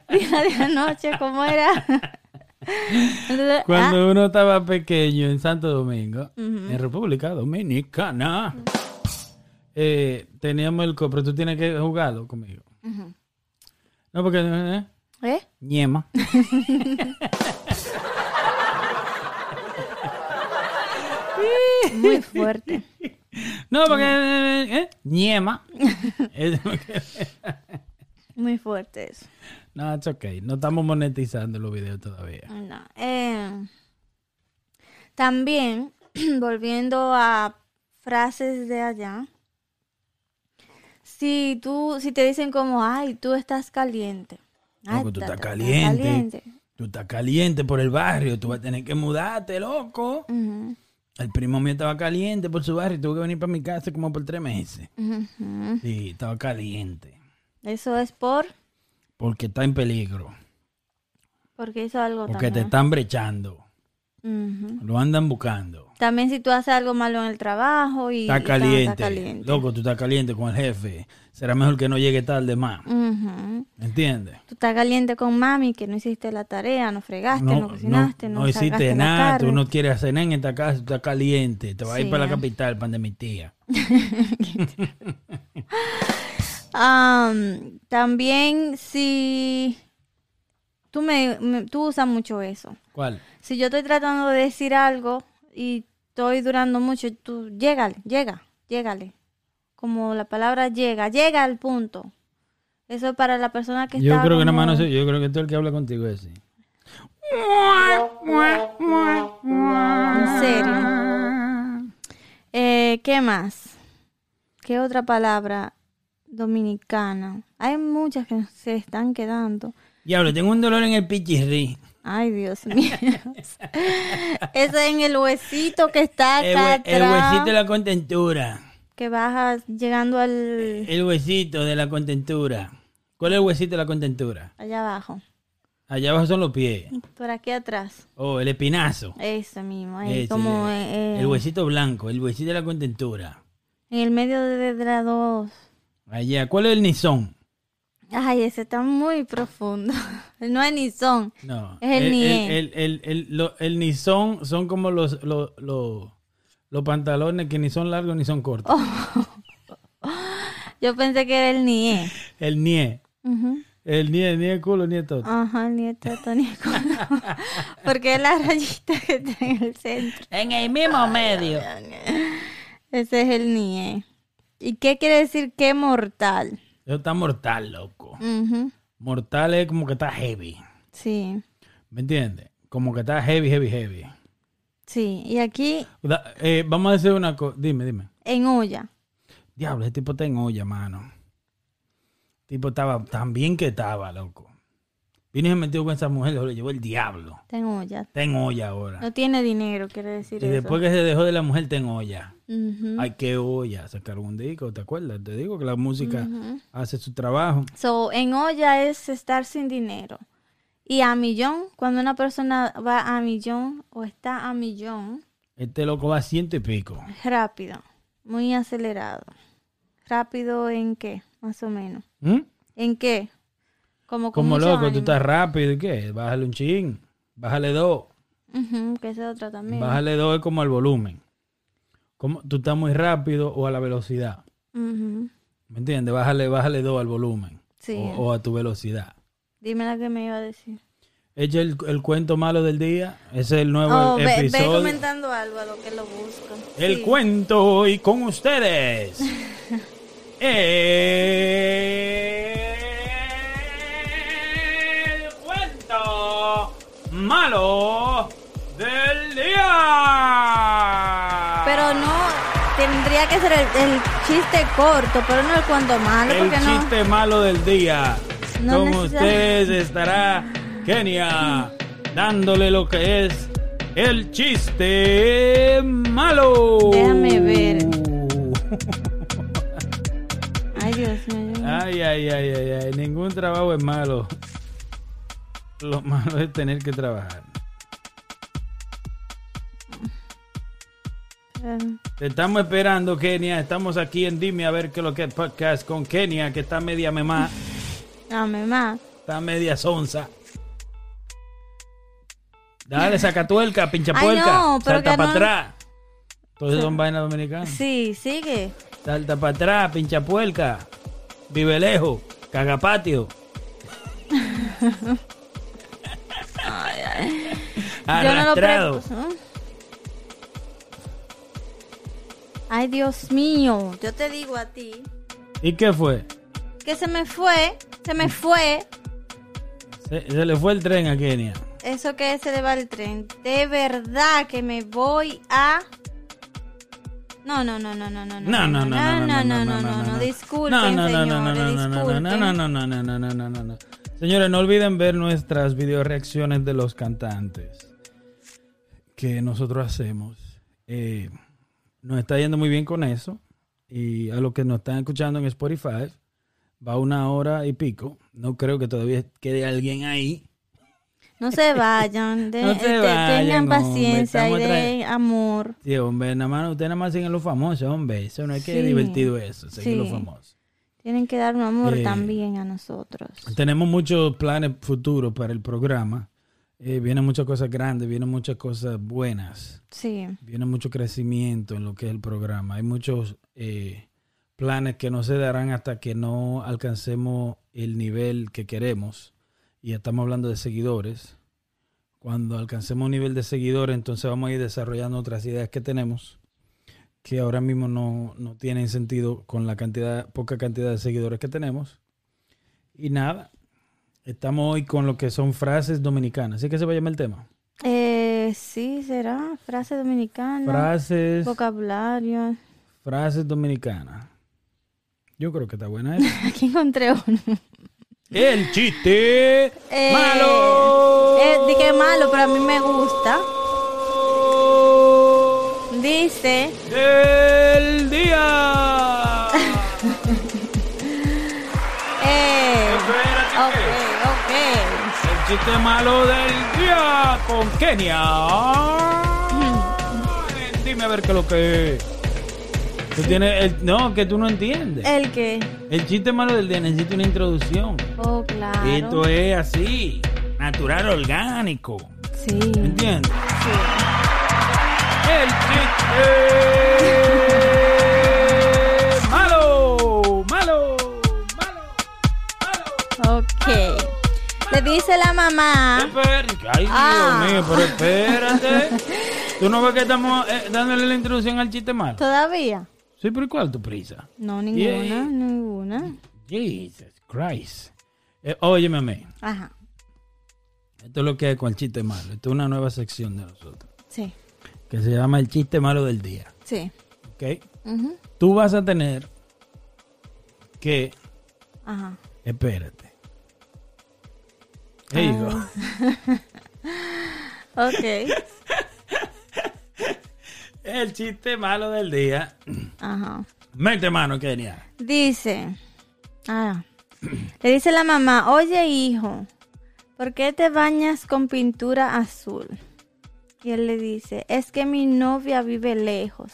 dila de anoche, ¿cómo era? Ah,
Cuando uno estaba pequeño en Santo Domingo, en República Dominicana, eh, teníamos el copro. Tú tienes que jugarlo conmigo.
ujú.
No, porque. eh,
¿Eh?
Ñema.
Muy fuerte.
No, porque. eh, eh,
[laughs]
Ñema. Es lo que-
Muy fuerte eso.
no, it's okay. No estamos monetizando los videos todavía.
No, eh, también, [clears throat] volviendo a frases de allá. Si tú, si te dicen como, ay, tú estás caliente. Ay,
Loco, tú
ta-
estás
ta-
Ah, caliente. Tú estás caliente por el barrio. Tú vas a tener que mudarte, loco.
Ujú,
El primo mío estaba caliente por su barrio. Tuvo que venir para mi casa como por tres meses.
ujú.
Sí, estaba caliente.
Eso es por,
Porque está en peligro.
porque hizo algo
Porque te
también.
están brechando.
Ujú.
Lo andan buscando.
También si tú haces algo malo en el trabajo y
Está
y ta- ta-
caliente.
caliente.
Loco, tú estás caliente con el jefe. Será mejor que no llegue tarde más.
Ujú.
¿Entiendes?
Tú estás caliente con mami que no hiciste la tarea, no fregaste, no, cocinaste, no,
no hiciste
sacaste la
nada. Tú
carne.
no quieres hacer nada en esta casa. Tú estás caliente. Te vas a ir
Sí.
para la capital, pan de mi tía.
Am, también si tú me, me- tú usas mucho eso.
¿Cuál?
Si yo estoy tratando de decir algo y estoy durando mucho, tú llégale, llega, llégale. Como la palabra llega, llega al punto. Eso es para la persona que
Yo
está
creo que nada más no
como-
sé. Yo creo que todo el que habla contigo es así.
En serio. Ah. Eh, ¿Qué más? ¿Qué otra palabra dominicana? Hay muchas que se están quedando.
Diablo, tengo un dolor en el pichirri.
Ay,
[laughs]
Dios mío. Eso en el huesito que está
El,
acá
hue- el
atrás,
huesito de la contentura.
que baja llegando al
El huesito de la contentura. ¿Cuál es el huesito de la contentura?
allá abajo.
Allá abajo son los pies.
Por aquí atrás.
Oh, el espinazo.
Eso mismo, ahí,
Ese,
como
Este, el,
eh, eh,
el huesito blanco, el huesito de la contentura.
en el medio de, de las dos.
Allá, ¿cuál es el nizón?
Ay, ese está muy profundo. [laughs] No es ni son.
No.
Es el
el,
nie.
el, el- el- lo- el nizón son como los, los, los, los pantalones que ni son largos ni son cortos.
Oh. Yo pensé que era el eh. nie.
El nie.
Ujú.
El nie, ni el culo, ni el toto.
Ajá, ni el tato, [laughs] ni el cono. Porque es la rayita que está en el centro.
En el mismo
[laughs]
medio.
Ese es el nie. ¿Y qué quiere decir que mortal?
Eso está mortal, loco.
Ujú,
Mortal es como que está heavy.
Sí,
¿Me entiendes? Como que está heavy, heavy, heavy.
Sí, y aquí
Da- eh, vamos a decir una cosa. Dime, dime.
en olla.
Diablo, ese tipo está en olla, mano. tipo estaba tan bien que estaba, loco. Vino y se metió con esa mujer, lo llevó el diablo.
Está en olla.
Está en olla ahora.
No tiene dinero, quiere decir
Y
eso.
después que se dejó de la mujer, está en olla.
Ujú,
Ay, qué olla. Sacaron un disco, ¿te acuerdas? Te digo que la música
ujú.
hace su trabajo.
So, en olla es estar sin dinero. Y a millón, cuando una persona va a millón o está a millón,
Este loco va a ciento y pico.
rápido, muy acelerado. ¿Rápido en qué? Más o menos.
¿Mm?
¿En qué? Como con
Como
mucho
loco, tú
ánimo.
estás rápido. ¿Y qué? Bájale un chin. Bájale dos.
Ujú, que ese es otro también.
Bájale dos es como el volumen. Como, tú estás muy rápido o a la velocidad.
Ujú,
¿Me entiendes? Bájale, bájale dos al volumen.
Sí.
O, o a tu velocidad.
Dime la que me iba a decir.
Eche el, el cuento malo del día. Ese es el nuevo
Oh, ve- ve,
Ah, episodio.
comentando algo a lo que lo busco.
el
Sí.
cuento y con
[laughs]
ustedes. el cuento malo del día.
Pero no, tendría que ser el, el chiste corto, pero no el cuento malo,
El
porque no.
chiste malo del día.
No
Con
necesita-
ustedes estará Kenia dándole lo que es el chiste malo.
Déjame ver. Ay, Dios mío.
[laughs] Ay, ay, ay, ay, ay. Ningún trabajo es malo. Lo malo es tener que trabajar.
Eh,
Te estamos esperando, Kenia. Estamos aquí en Dime a ver qué es lo que es podcast con Kenia, que está media memá,
Dame más.
está media sonza. Dale, saca tuerca, pincha
Ay,
puerca.
no, pero
salta
que
para
no-
atrás. Entonces son vainas dominicanas.
Sí, sigue.
Salta para atrás, pincha puerca. Vive lejos, caga
[laughs]
patio. Ah, Arrastrado.
Yo no lo preparo. Ay, Dios mío. Yo te digo a ti
¿Y qué fue?
que se me fue, se me fue.
Se, se le fue el tren a Kenia.
Eso que se le va el tren. De verdad que me voy a. No, no, no, no, no, no.
No, no, no, no,
no, no, no, no, no. Disculpen,
No, no, no, no, no,
señores,
no, no, no, no,
disculpen.
no, no, no, no, no, no, no, no, no. Señores, no olviden ver nuestras videoreacciones de los cantantes que nosotros hacemos. Eh, nos está yendo muy bien con eso. Y a los que nos están escuchando en Spotify, va una hora y pico. No creo que todavía quede alguien ahí.
No se
[laughs]
vayan. de-
No se
eh, te-
vayan,
tengan
hombre,
paciencia y
estamos
de amor.
Sí, hombre, nada más, ustedes nada más siguen los famosos, hombre. Eso no es que
Sí.
divertido eso, seguir los
Sí.
famosos.
Tienen que dar un amor
Eh,
también a nosotros.
Tenemos muchos planes futuros para el programa. Eh, vienen muchas cosas grandes, vienen muchas cosas buenas,
Sí.
viene mucho crecimiento en lo que es el programa. Hay muchos eh, planes que no se darán hasta que no alcancemos el nivel que queremos. Y estamos hablando de seguidores. Cuando alcancemos un nivel de seguidores, entonces vamos a ir desarrollando otras ideas que tenemos que ahora mismo no, no tienen sentido con la cantidad, poca cantidad de seguidores que tenemos. Y nada, estamos hoy con lo que son frases dominicanas. Así que se va a llamar el tema.
Eh, sí, será. Frase dominicana.
Frases.
Vocabulario. [laughs]
Frases dominicanas. Yo creo que está buena esa.
Aquí encontré uno.
[laughs] El chiste
Eh,
malo.
Eh, di que es malo, pero a mí me gusta. Dice,
Del día.
eh,
Espérate
ok,
que-
ok.
El chiste malo del día con Kenia. Dime a ver qué es lo que es. Tú tienes el- no, que tú no entiendes.
¿El qué?
El chiste malo del día necesita una introducción.
Oh, claro.
Esto es así, natural, orgánico.
Sí.
¿Me entiendes?
sí.
El chiste malo, malo, malo, malo.
Ok. Le dice la mamá.
Espera- Ay,
Ah.
Dios mío, pero
[laughs]
espérate. ¿Tú no ves que estamos eh, dándole la introducción al chiste malo?
¿Todavía?
Sí, pero ¿y ¿cuál es tu prisa?
No, ninguna,
Yeah.
ninguna.
Jesus Christ. Eh, óyeme a mí.
Ajá,
Esto es lo que hay con el chiste malo. Esto es una nueva sección de nosotros.
sí.
que se llama el chiste malo del día.
Sí.
¿Ok?
Ujú.
Tú vas a tener que.
Ajá.
Espérate. Hey, go.
Ok.
[laughs] El chiste malo del día.
Ajá.
Mete mano, Kenia.
Dice. Ah. Le dice la mamá, oye hijo, ¿por qué te bañas con pintura azul? Y él le dice, es que mi novia vive lejos.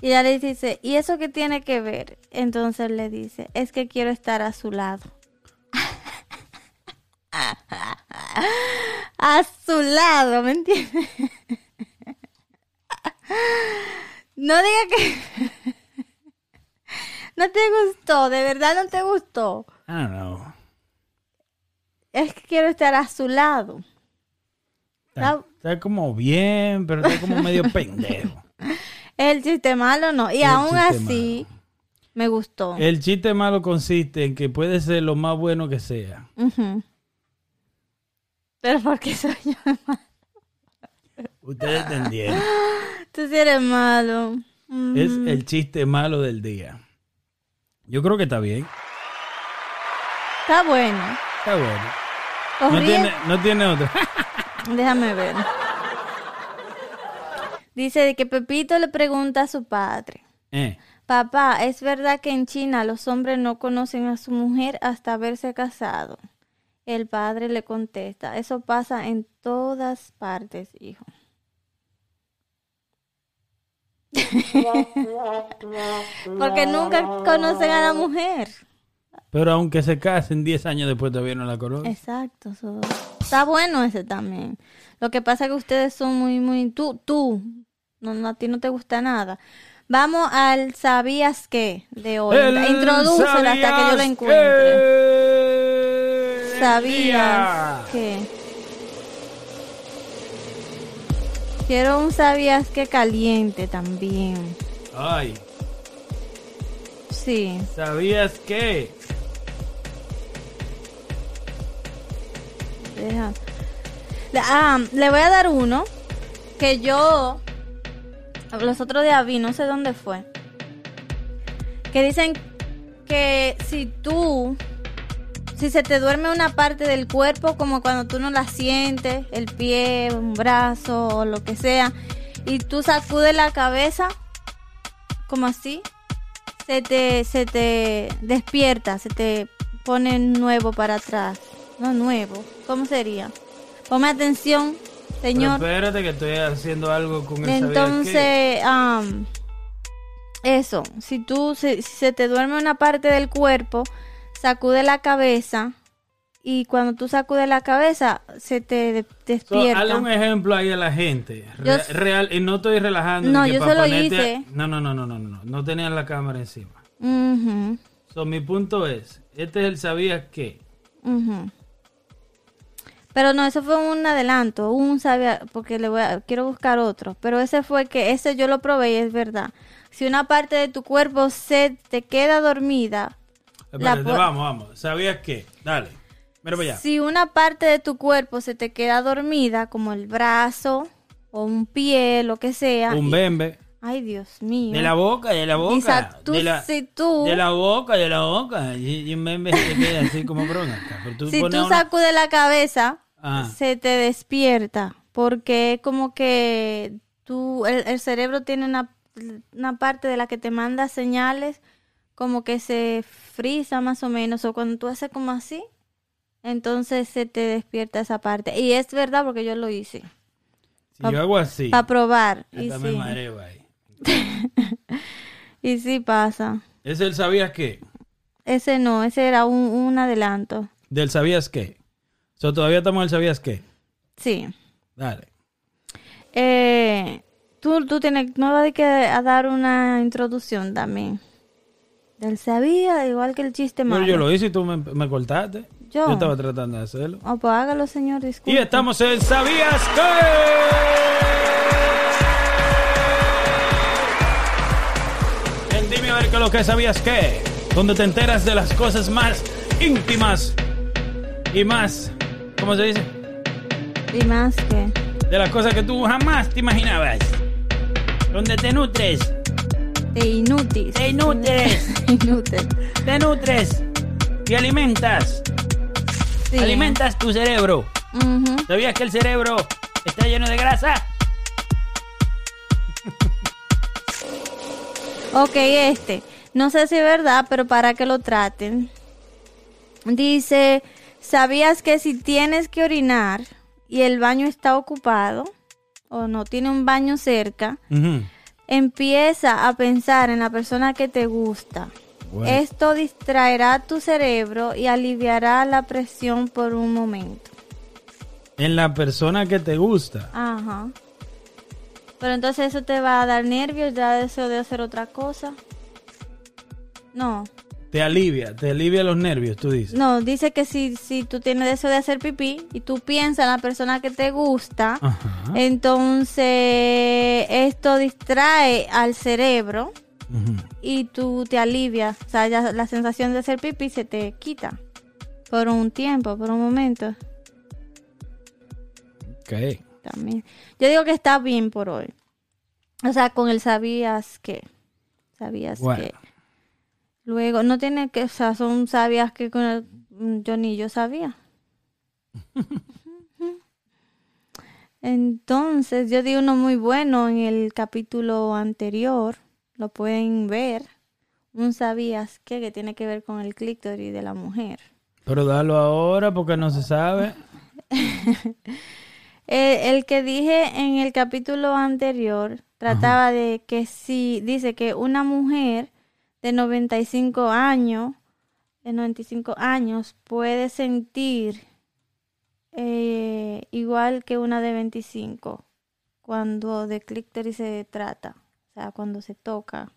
Y ella le dice, ¿y eso qué tiene que ver? Entonces él le dice, es que quiero estar a su lado. [laughs] a su lado, ¿me entiendes? [laughs] no diga que... No te gustó, de verdad no te gustó.
I don't know.
Es que quiero estar a su lado.
Está,
No.
está como bien, pero está como medio pendejo.
El chiste malo no. Y
El
aún
chiste Eh.
así, me gustó.
El chiste malo consiste en que puede ser lo más bueno que sea.
Ujú. Pero porque soy yo [laughs] malo.
Ustedes entendieron.
Tú sí eres malo. Mm.
Es el chiste malo del día. Yo creo que está bien.
Está bueno.
Está bueno.
Os
No
ríes-
tiene, no tiene otro.
Déjame ver. Dice de que Pepito le pregunta a su padre.
[laughs] Eh,
Papá, ¿es verdad que en China los hombres no conocen a su mujer hasta haberse casado? El padre le contesta, eso pasa en todas partes, hijo. [laughs] Porque nunca conocen a la mujer.
Pero aunque se casen 10 años después todavía no la conocen.
Exacto. so- Está bueno ese también. Lo que pasa es que ustedes son muy, muy... Tú, tú. No, no, a ti no te gusta nada. Vamos al sabías qué de hoy.
El
Introdúcela hasta que yo lo
sabías
encuentre.
que-
Sabías que... Quiero un sabías que caliente también.
Ay,
Sí.
¿sabías qué?
Deja. Le- ah, le voy a dar uno que yo los otros días vi, no sé dónde fue. Que dicen que si tú, si se te duerme una parte del cuerpo, como cuando tú no la sientes, el pie, un brazo o lo que sea, y tú sacudes la cabeza, como así, se te, se te despierta, se te pone nuevo para atrás. No nuevo, ¿cómo sería? Ponme atención, señor.
Pero espérate que estoy haciendo algo con el sabías
Entonces, am, eso, si tú se, si se te duerme una parte del cuerpo, sacude la cabeza y cuando tú sacudes la cabeza se te de-
qué. So, hazle
despierta.
un ejemplo ahí a la gente.
Yo
Re-
s-
real, y no estoy relajando.
No,
ni que
yo
pa'
solo
ponerte a-
hice.
No, no, no, no, no, no. no. No tenían la cámara encima. e-
Ujú,
So, mi punto es, este es el sabías qué.
ujú. Pero no, eso fue un adelanto, un sabía, porque le voy a- quiero buscar otro. Pero ese fue que ese yo lo probé y es verdad. Si una parte de tu cuerpo se te queda dormida, La
Espérate,
po-
vamos, vamos. ¿Sabías qué? Dale. Mira para allá.
Si una parte de tu cuerpo se te queda dormida, como el brazo o un pie, lo que sea.
Un
y-
bembe.
Ay, Dios mío.
De la boca, de la boca.
Quizá tú,
de la,
si tú,
de la boca, de la boca. Y, y un bembe se te queda así como bronca. Pero tú
si
pones
tú
una-
sacudes la cabeza,
Ah.
se te despierta. Porque como que tú, el, el cerebro tiene una, una parte de la que te manda señales, como que se frisa más o menos. O cuando tú haces como así, entonces se te despierta esa parte. Y es verdad porque yo lo hice.
Si yo hago así,
para probar. Y
hasta me
sí,
mareo ahí.
y sí pasa.
Es el sabías qué.
Ese no, ese era un, un adelanto.
Del sabías qué. So, todavía estamos en el sabías qué.
Sí.
Dale.
Eh, tú, tú tienes, no hay que a dar una introducción también. Del sabía, igual que el chiste
Pero
malo.
yo lo hice y tú me, me cortaste.
Yo.
estaba tratando de hacerlo.
Oh, pues hágalo, señor, disculpe.
Y estamos en sabías qué. En Dime a ver qué es lo que sabías qué. Donde te enteras de las cosas más íntimas y más, ¿cómo se dice?
Y más que...
De las cosas que tú jamás te imaginabas. Donde te nutres,
Te inútil.
te nutres,
[laughs] Inútil.
te nutres, te alimentas,
Sí.
alimentas tu cerebro.
Ujú.
¿Sabías que el cerebro está lleno de grasa?
Ok, este. No sé si es verdad, pero para que lo traten. Dice, ¿sabías que si tienes que orinar y el baño está ocupado o no tiene un baño cerca, empieza a pensar en la persona que te gusta?
Bueno.
Esto distraerá tu cerebro y aliviará la presión por un momento.
En la persona que te gusta.
Ajá. Pero entonces eso te va a dar nervios, ya deseo de hacer otra cosa. No,
Te alivia, te alivia los nervios, tú dices.
no, dice que si, si tú tienes deseo de hacer pipí y tú piensas en la persona que te gusta,
Ajá.
entonces esto distrae al cerebro
Ujú.
y tú te alivias. O sea, ya la sensación de hacer pipí se te quita por un tiempo, por un momento
Ok.
también. Yo digo que está bien por hoy. O sea, con el sabías que. Sabías
Bueno.
que. Luego, no tiene que, o sea, son sabías que con el, mm, yo ni yo sabía. Entonces, yo di uno muy bueno en el capítulo anterior. Lo pueden ver. Un sabías que, que tiene que ver con el clítoris de la mujer.
Pero dalo ahora porque no se sabe.
Eh, El, que dije en el capítulo anterior trataba de que si, dice que una mujer de 95 años, de 95 años, puede sentir eh, igual que una de 25 cuando de clítoris se trata, o sea, cuando se toca,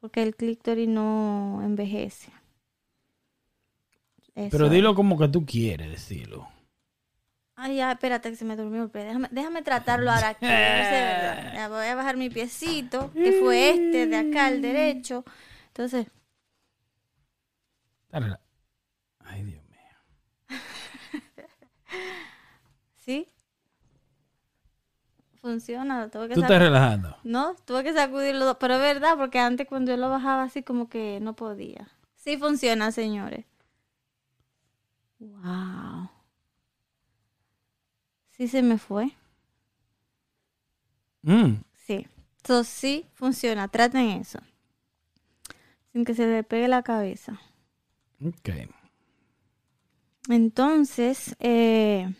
porque el clítoris no envejece.
Pero
Eso.
dilo como que tú quieres decirlo.
Ay, ya, espérate que se me durmió el pie. Déjame, déjame tratarlo ahora aquí. yo no sé, ¿verdad? Ya, Voy a bajar mi piecito, que fue este, de acá, el derecho. Entonces,
Tarara. Ay, Dios mío.
¿sí? Funciona, tuve que
Tú
sac-
estás relajando.
No, tuve que sacudirlo, dos, pero es verdad, porque antes cuando yo lo bajaba así como que no podía. Sí funciona, señores. Wow. Sí se me fue.
Mm.
Sí. Eso sí funciona. Traten eso. Sin que se le pegue la cabeza.
Ok.
Entonces, eh,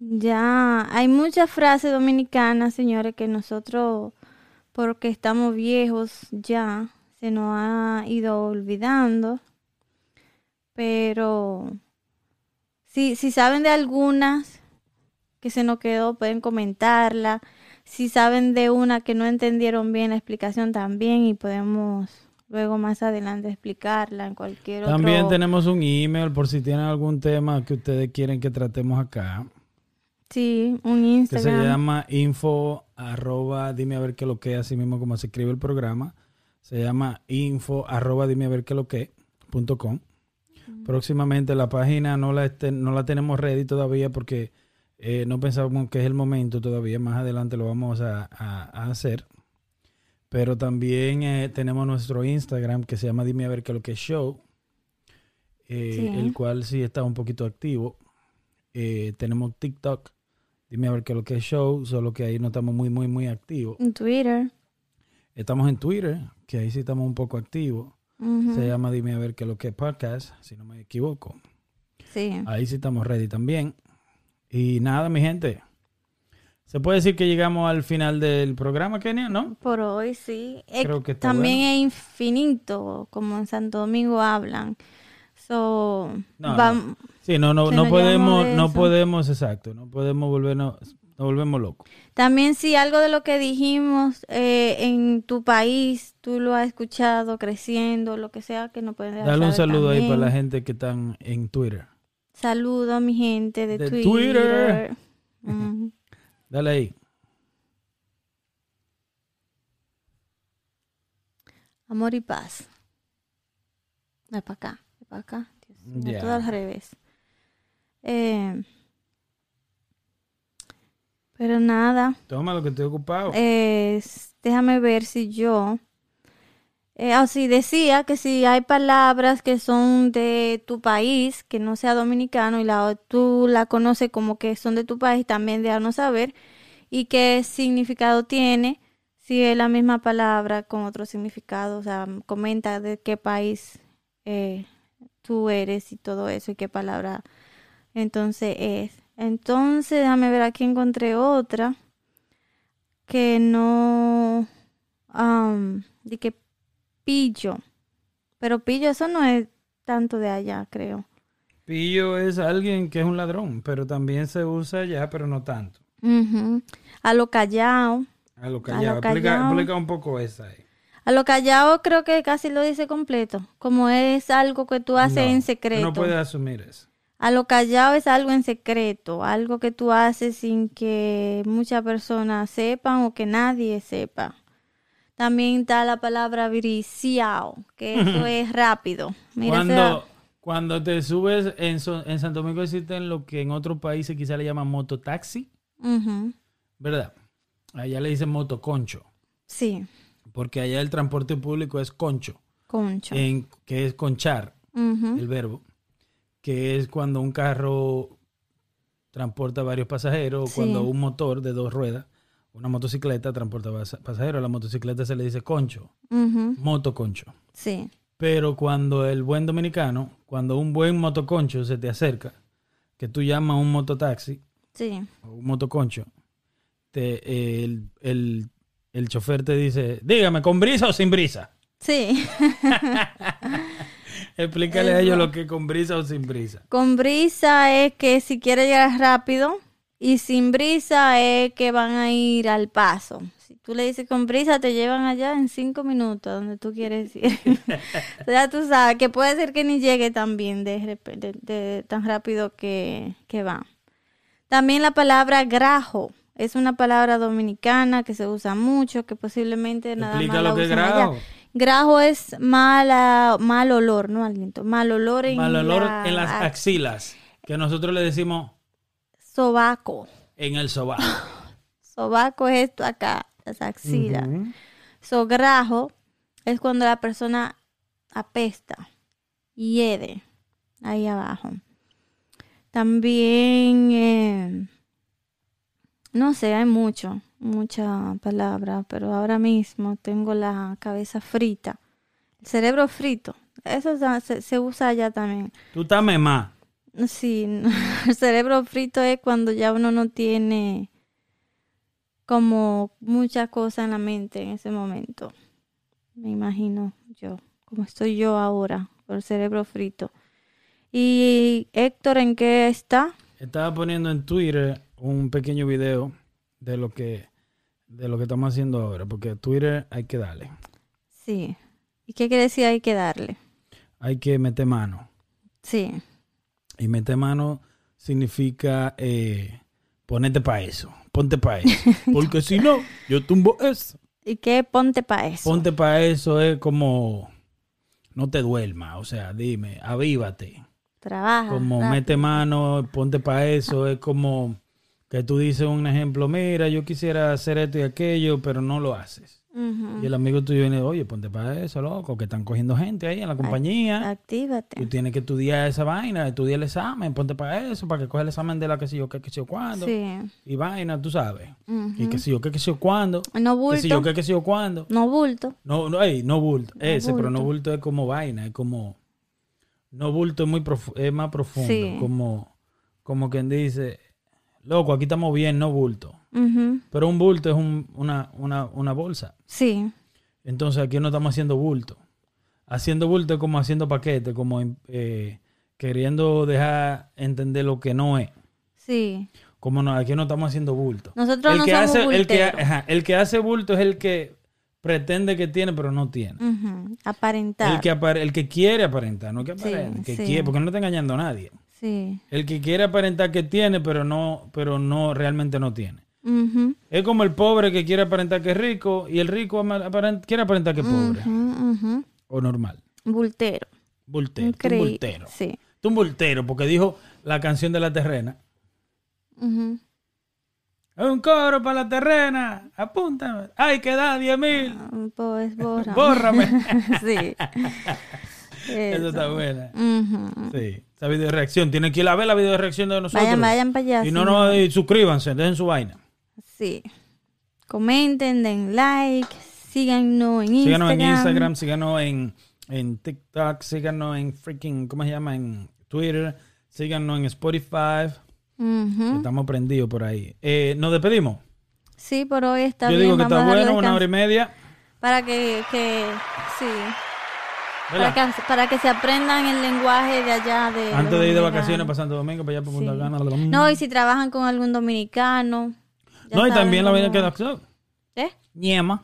ya hay muchas frases dominicanas, señores, que nosotros, porque estamos viejos ya, se nos ha ido olvidando. Pero si, si saben de algunas que se nos quedó, pueden comentarla. Si saben de una que no entendieron bien la explicación también y podemos luego más adelante explicarla en cualquier otro...
También tenemos un email por si tienen algún tema que ustedes quieren que tratemos acá,
Sí,
que
un
se
Instagram.
llama info arroba dime a ver qué lo que, así mismo como se escribe el programa, se llama info arroba dime a ver qué lo que punto com. Próximamente la página no la, este- no la tenemos ready todavía porque eh, no pensamos que es el momento todavía, más adelante lo vamos a, a- a hacer. Pero también eh, tenemos nuestro Instagram que se llama Dime a ver qué lo que es show, eh,
Sí.
el cual sí está un poquito activo. Eh, tenemos TikTok, Dime a ver qué lo que es show, solo que ahí no estamos muy, muy, muy activos.
En Twitter.
Estamos en Twitter, que ahí sí estamos un poco activos.
Ujú.
Se llama Dime a ver qué lo que es podcast, si no me equivoco.
Sí.
Ahí sí estamos ready también. Y nada, mi gente. Se puede decir que llegamos al final del programa, Kenia, ¿no?
Por hoy sí. Eh,
Creo que está
también es infinito, como en Santo Domingo hablan. So,
No,
vam-
Sí, no, no,
Se
no
nos
podemos,
llevamos de
no
eso.
podemos, exacto, no podemos volvernos, nos volvemos locos.
También si algo de lo que dijimos eh, en tu país, tú lo has escuchado creciendo, lo que sea, que no puedes dejar
Dale un
saber
saludo ahí
también.
para la gente que están en Twitter.
Saludo a mi gente de,
De
Twitter.
Twitter.
Ujú.
Dale ahí.
Amor y paz. No, es para acá, es para acá. Dios mío,
Ya.
todo al revés. Eh, Pero nada.
Toma lo que estoy ocupado.
Eh, s- déjame ver si yo. Eh, ah, sí, decía que si hay palabras que son de tu país, que no sea dominicano, y la, o- tú la conoces como que son de tu país, también déjanos saber. Y qué significado tiene, si es la misma palabra con otro significado. O sea, m- comenta de qué país eh, tú eres y todo eso, y qué palabra entonces es. Entonces, déjame ver, aquí encontré otra que no am, de que pillo pero pillo eso no es tanto de allá creo
Pillo es alguien que es un ladrón, pero también se usa ya, pero no tanto.
Ujú. a lo callao
A lo
A lo
callado. Explica,
callao.
explica un poco esa ahí.
a lo callao creo que casi lo dice completo como es algo que tú haces
No,
en
tú
secreto
No puedes asumir eso.
a lo callao es algo en secreto algo que tú haces sin que muchas personas sepan o que nadie sepa también está la palabra viriciao que
[laughs]
eso es rápido mira esa-
cuando, cuando te subes en, So- en Santo Domingo existen lo que en otros países quizá le llaman mototaxi,
Ujú.
¿verdad? Allá le dicen motoconcho,
Sí,
porque allá el transporte público es concho,
concho.
en- que es conchar,
Ujú.
Eh, el verbo, que es cuando un carro transporta varios pasajeros,
Sí.
cuando un motor de dos ruedas, una motocicleta transporta pas- pasajeros, a la motocicleta se le dice concho,
Ujú,
motoconcho.
Sí.
Pero cuando el buen dominicano, cuando un buen motoconcho se te acerca, que tú llamas un mototaxi
Sí.
o un motoconcho, te, eh, el, el- el chofer te dice, dígame, ¿con brisa o sin brisa?
Sí. [laughs]
Explícale a ellos lo que es con brisa o sin brisa.
Con brisa es que si quiere llegar rápido y sin brisa es que van a ir al paso. Si tú le dices con brisa, te llevan allá en cinco minutos, a donde tú quieres ir. [laughs] o sea, tú sabes que puede ser que ni llegue también de, rep- de- de tan rápido que, que va. También la palabra grajo. Es una palabra dominicana que se usa mucho, que posiblemente nada
Explica
más
lo
la
que es
usen allá.
grajo.
Grajo es mala, mal olor, no aliento. Mal olor en,
Mal olor
la-
en las
a-
axilas, que nosotros le decimos
sobaco.
en el sobaco.
Sobaco es esto acá, las axilas.
Ujú.
So, grajo es cuando la persona apesta, hiede, ahí abajo. También, eh, no sé, hay mucho, mucha palabra, pero ahora mismo tengo la cabeza frita, el cerebro frito. Eso se- se- se usa allá también.
Tú estás memá.
Sí, no, [laughs] el cerebro frito es cuando ya uno no tiene como muchas cosas en la mente en ese momento. Me imagino yo, como estoy yo ahora, con el cerebro frito. ¿Y Héctor en qué está?
Estaba poniendo en Twitter un pequeño video de lo que de lo que estamos haciendo ahora, porque Twitter hay que darle,
Sí. ¿Y qué quiere decir hay que darle?
hay que meter mano.
Sí.
Y meter mano significa eh, ponerte para eso, ponte para eso, porque si no, yo tumbo eso.
¿Y qué ponte para eso?
Ponte para eso es como no te duerma, o sea, dime, avívate.
Trabaja.
Como
Ah, rápido.
mete mano, ponte para eso, es como que tú dices un ejemplo, mira, yo quisiera hacer esto y aquello, pero no lo haces.
Ujú.
Y el amigo tuyo viene, oye, ponte para eso, loco, que están cogiendo gente ahí en la compañía. Tú
Actívate.
tienes que estudiar esa vaina, estudiar el examen, ponte para eso, para que coja el examen de la que sé yo, que, que sé yo cuándo.
Sí.
Y vaina, tú sabes. Y
Ujú.
que sé yo, que, que sé yo cuándo.
No
Que sé yo,
bulto.
que, que sé yo cuándo.
No bulto.
No, no, ey, no bulto. Ese, pero no
bulto.
bulto es como vaina, es como... No bulto es, muy profu- es más profundo,
Sí.
como, como quien dice, loco, aquí estamos bien, no bulto.
Ujú.
Pero un bulto es un- una, una, una bolsa.
Sí.
Entonces aquí no estamos haciendo bulto. Haciendo bulto es como haciendo paquete, como eh, queriendo dejar entender lo que no es.
Sí,
Como no, aquí no estamos haciendo bulto.
Nosotros no
que
somos
hace, el que,
bulteros.
ajá, el que hace bulto es el que pretende que tiene, pero no tiene.
ujú,
El
aparentar.
que, apar- el que quiere aparentar, no que
Sí,
aparente, que
sí.
quiere, porque no está engañando a nadie.
Sí,
El que quiere aparentar que tiene, pero no, pero no realmente no tiene.
ujú,
Es como el pobre que quiere aparentar que es rico y el rico ama- aparent- quiere aparentar que es
Mm.
pobre
ujú, ujú,
o normal.
Bultero.
Bultero, tú
Increí-
un bultero.
Sí.
Tú un bultero, porque dijo la canción de la terrena.
ujú.
Un coro para la terrena. Apúntame. Hay que dar 10 mil.
Ah,
[laughs]
Pues borra.
Bórrame.
[laughs]
[laughs]
sí.
Eso
Eso.
está buena.
Ujú.
Sí. Esa video de reacción. Tienen que ir a ver la video de reacción de nosotros.
Vayan, vayan para allá.
Y
sí.
no, no, y suscríbanse, dejen su vaina.
Sí. Comenten, den like, síganos en Instagram.
Síganos en Instagram, síganos en, en TikTok, síganos en freaking, ¿cómo se llama? En Twitter, síganos en Spotify.
Ujú.
que Estamos prendidos por ahí. Eh, Nos despedimos.
Sí, por hoy está
Yo
bien.
digo que
Vamos
está
a darle
bueno, una
descanso
hora y media.
Para que, que sí. Para
¿verdad?
que, para que se aprendan el lenguaje de allá. De los
Antes de ir de
dominicanos.
vacaciones para Santo Domingo, para allá por Punta
Eh, Sí.
Cana.
No, y si trabajan con algún dominicano. ya
No, y
saben
también la vaina que
cómo-
da
¿Eh? [laughs]
ñema.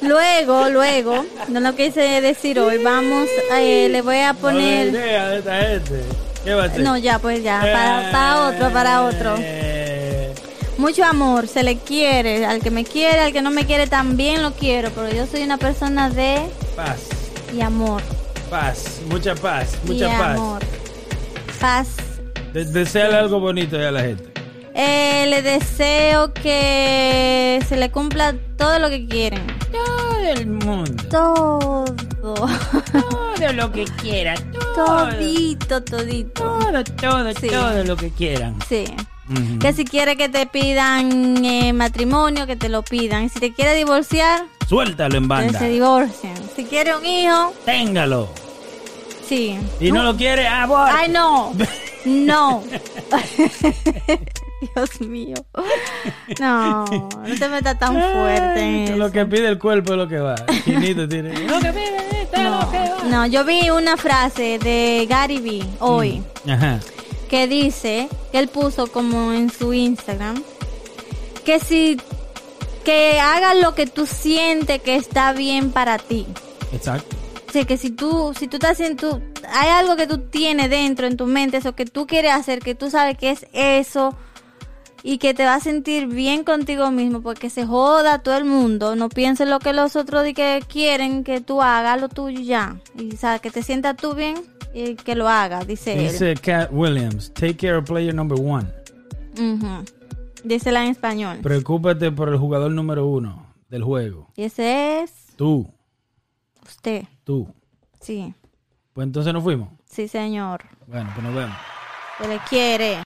Luego, luego, no lo quise decir hoy, vamos, eh, le voy a poner...
idea de esta gente. ¿Qué va a ser?
No, ya, pues ya, para, para otro, para otro.
Eh,
Mucho amor, se le quiere, al que me quiere, al que no me quiere también lo quiero, pero yo soy una persona de...
Paz,
y amor.
paz, mucha paz, mucha
y
paz.
amor. Paz.
De- deseale algo bonito a la gente.
Eh, le deseo que se le cumpla todo lo que quieren.
Todo el mundo.
Todo.
Todo lo que quiera.
Todito, todito.
Todo, todo,
Sí.
todo lo que quieran.
Sí.
Ujú.
Que si quiere que te pidan eh, matrimonio, que te lo pidan. Si te quiere divorciar,
Suéltalo en
que
banda.
se divorcien. Si quiere un hijo,
Téngalo.
sí.
Y no lo quiere, ah, aborta.
Ay, no. No. [laughs] Dios mío. No, no te metas tan fuerte. en
Ay,
eso.
Lo que pide el cuerpo es lo que va. Chinito
[laughs]
tiene.
Lo que pide, esto es lo que
No,
va.
no, yo vi una frase de Gary Vee hoy
Ajá.
que dice que él puso como en su Instagram que si que hagas lo que tú sientes que está bien para ti.
Exacto.
O sea, que si tú si tú estás en tu hay algo que tú tienes dentro en tu mente, eso que tú quieres hacer, que tú sabes que es eso y que te va a sentir bien contigo mismo porque se joda todo el mundo, no pienses lo que los otros di que quieren que tú hagas lo tuyo ya y sabes que te sientas tú bien y que lo hagas, dice él.
Dice Cat Williams, take care of player number one.
Ujú. Dísela en español.
Preocúpate por el jugador número uno del juego.
Y ese es
Tú,
usted.
tú.
Sí.
Pues entonces nos fuimos.
Sí, señor.
Bueno, pues nos vemos.
Se le quiere.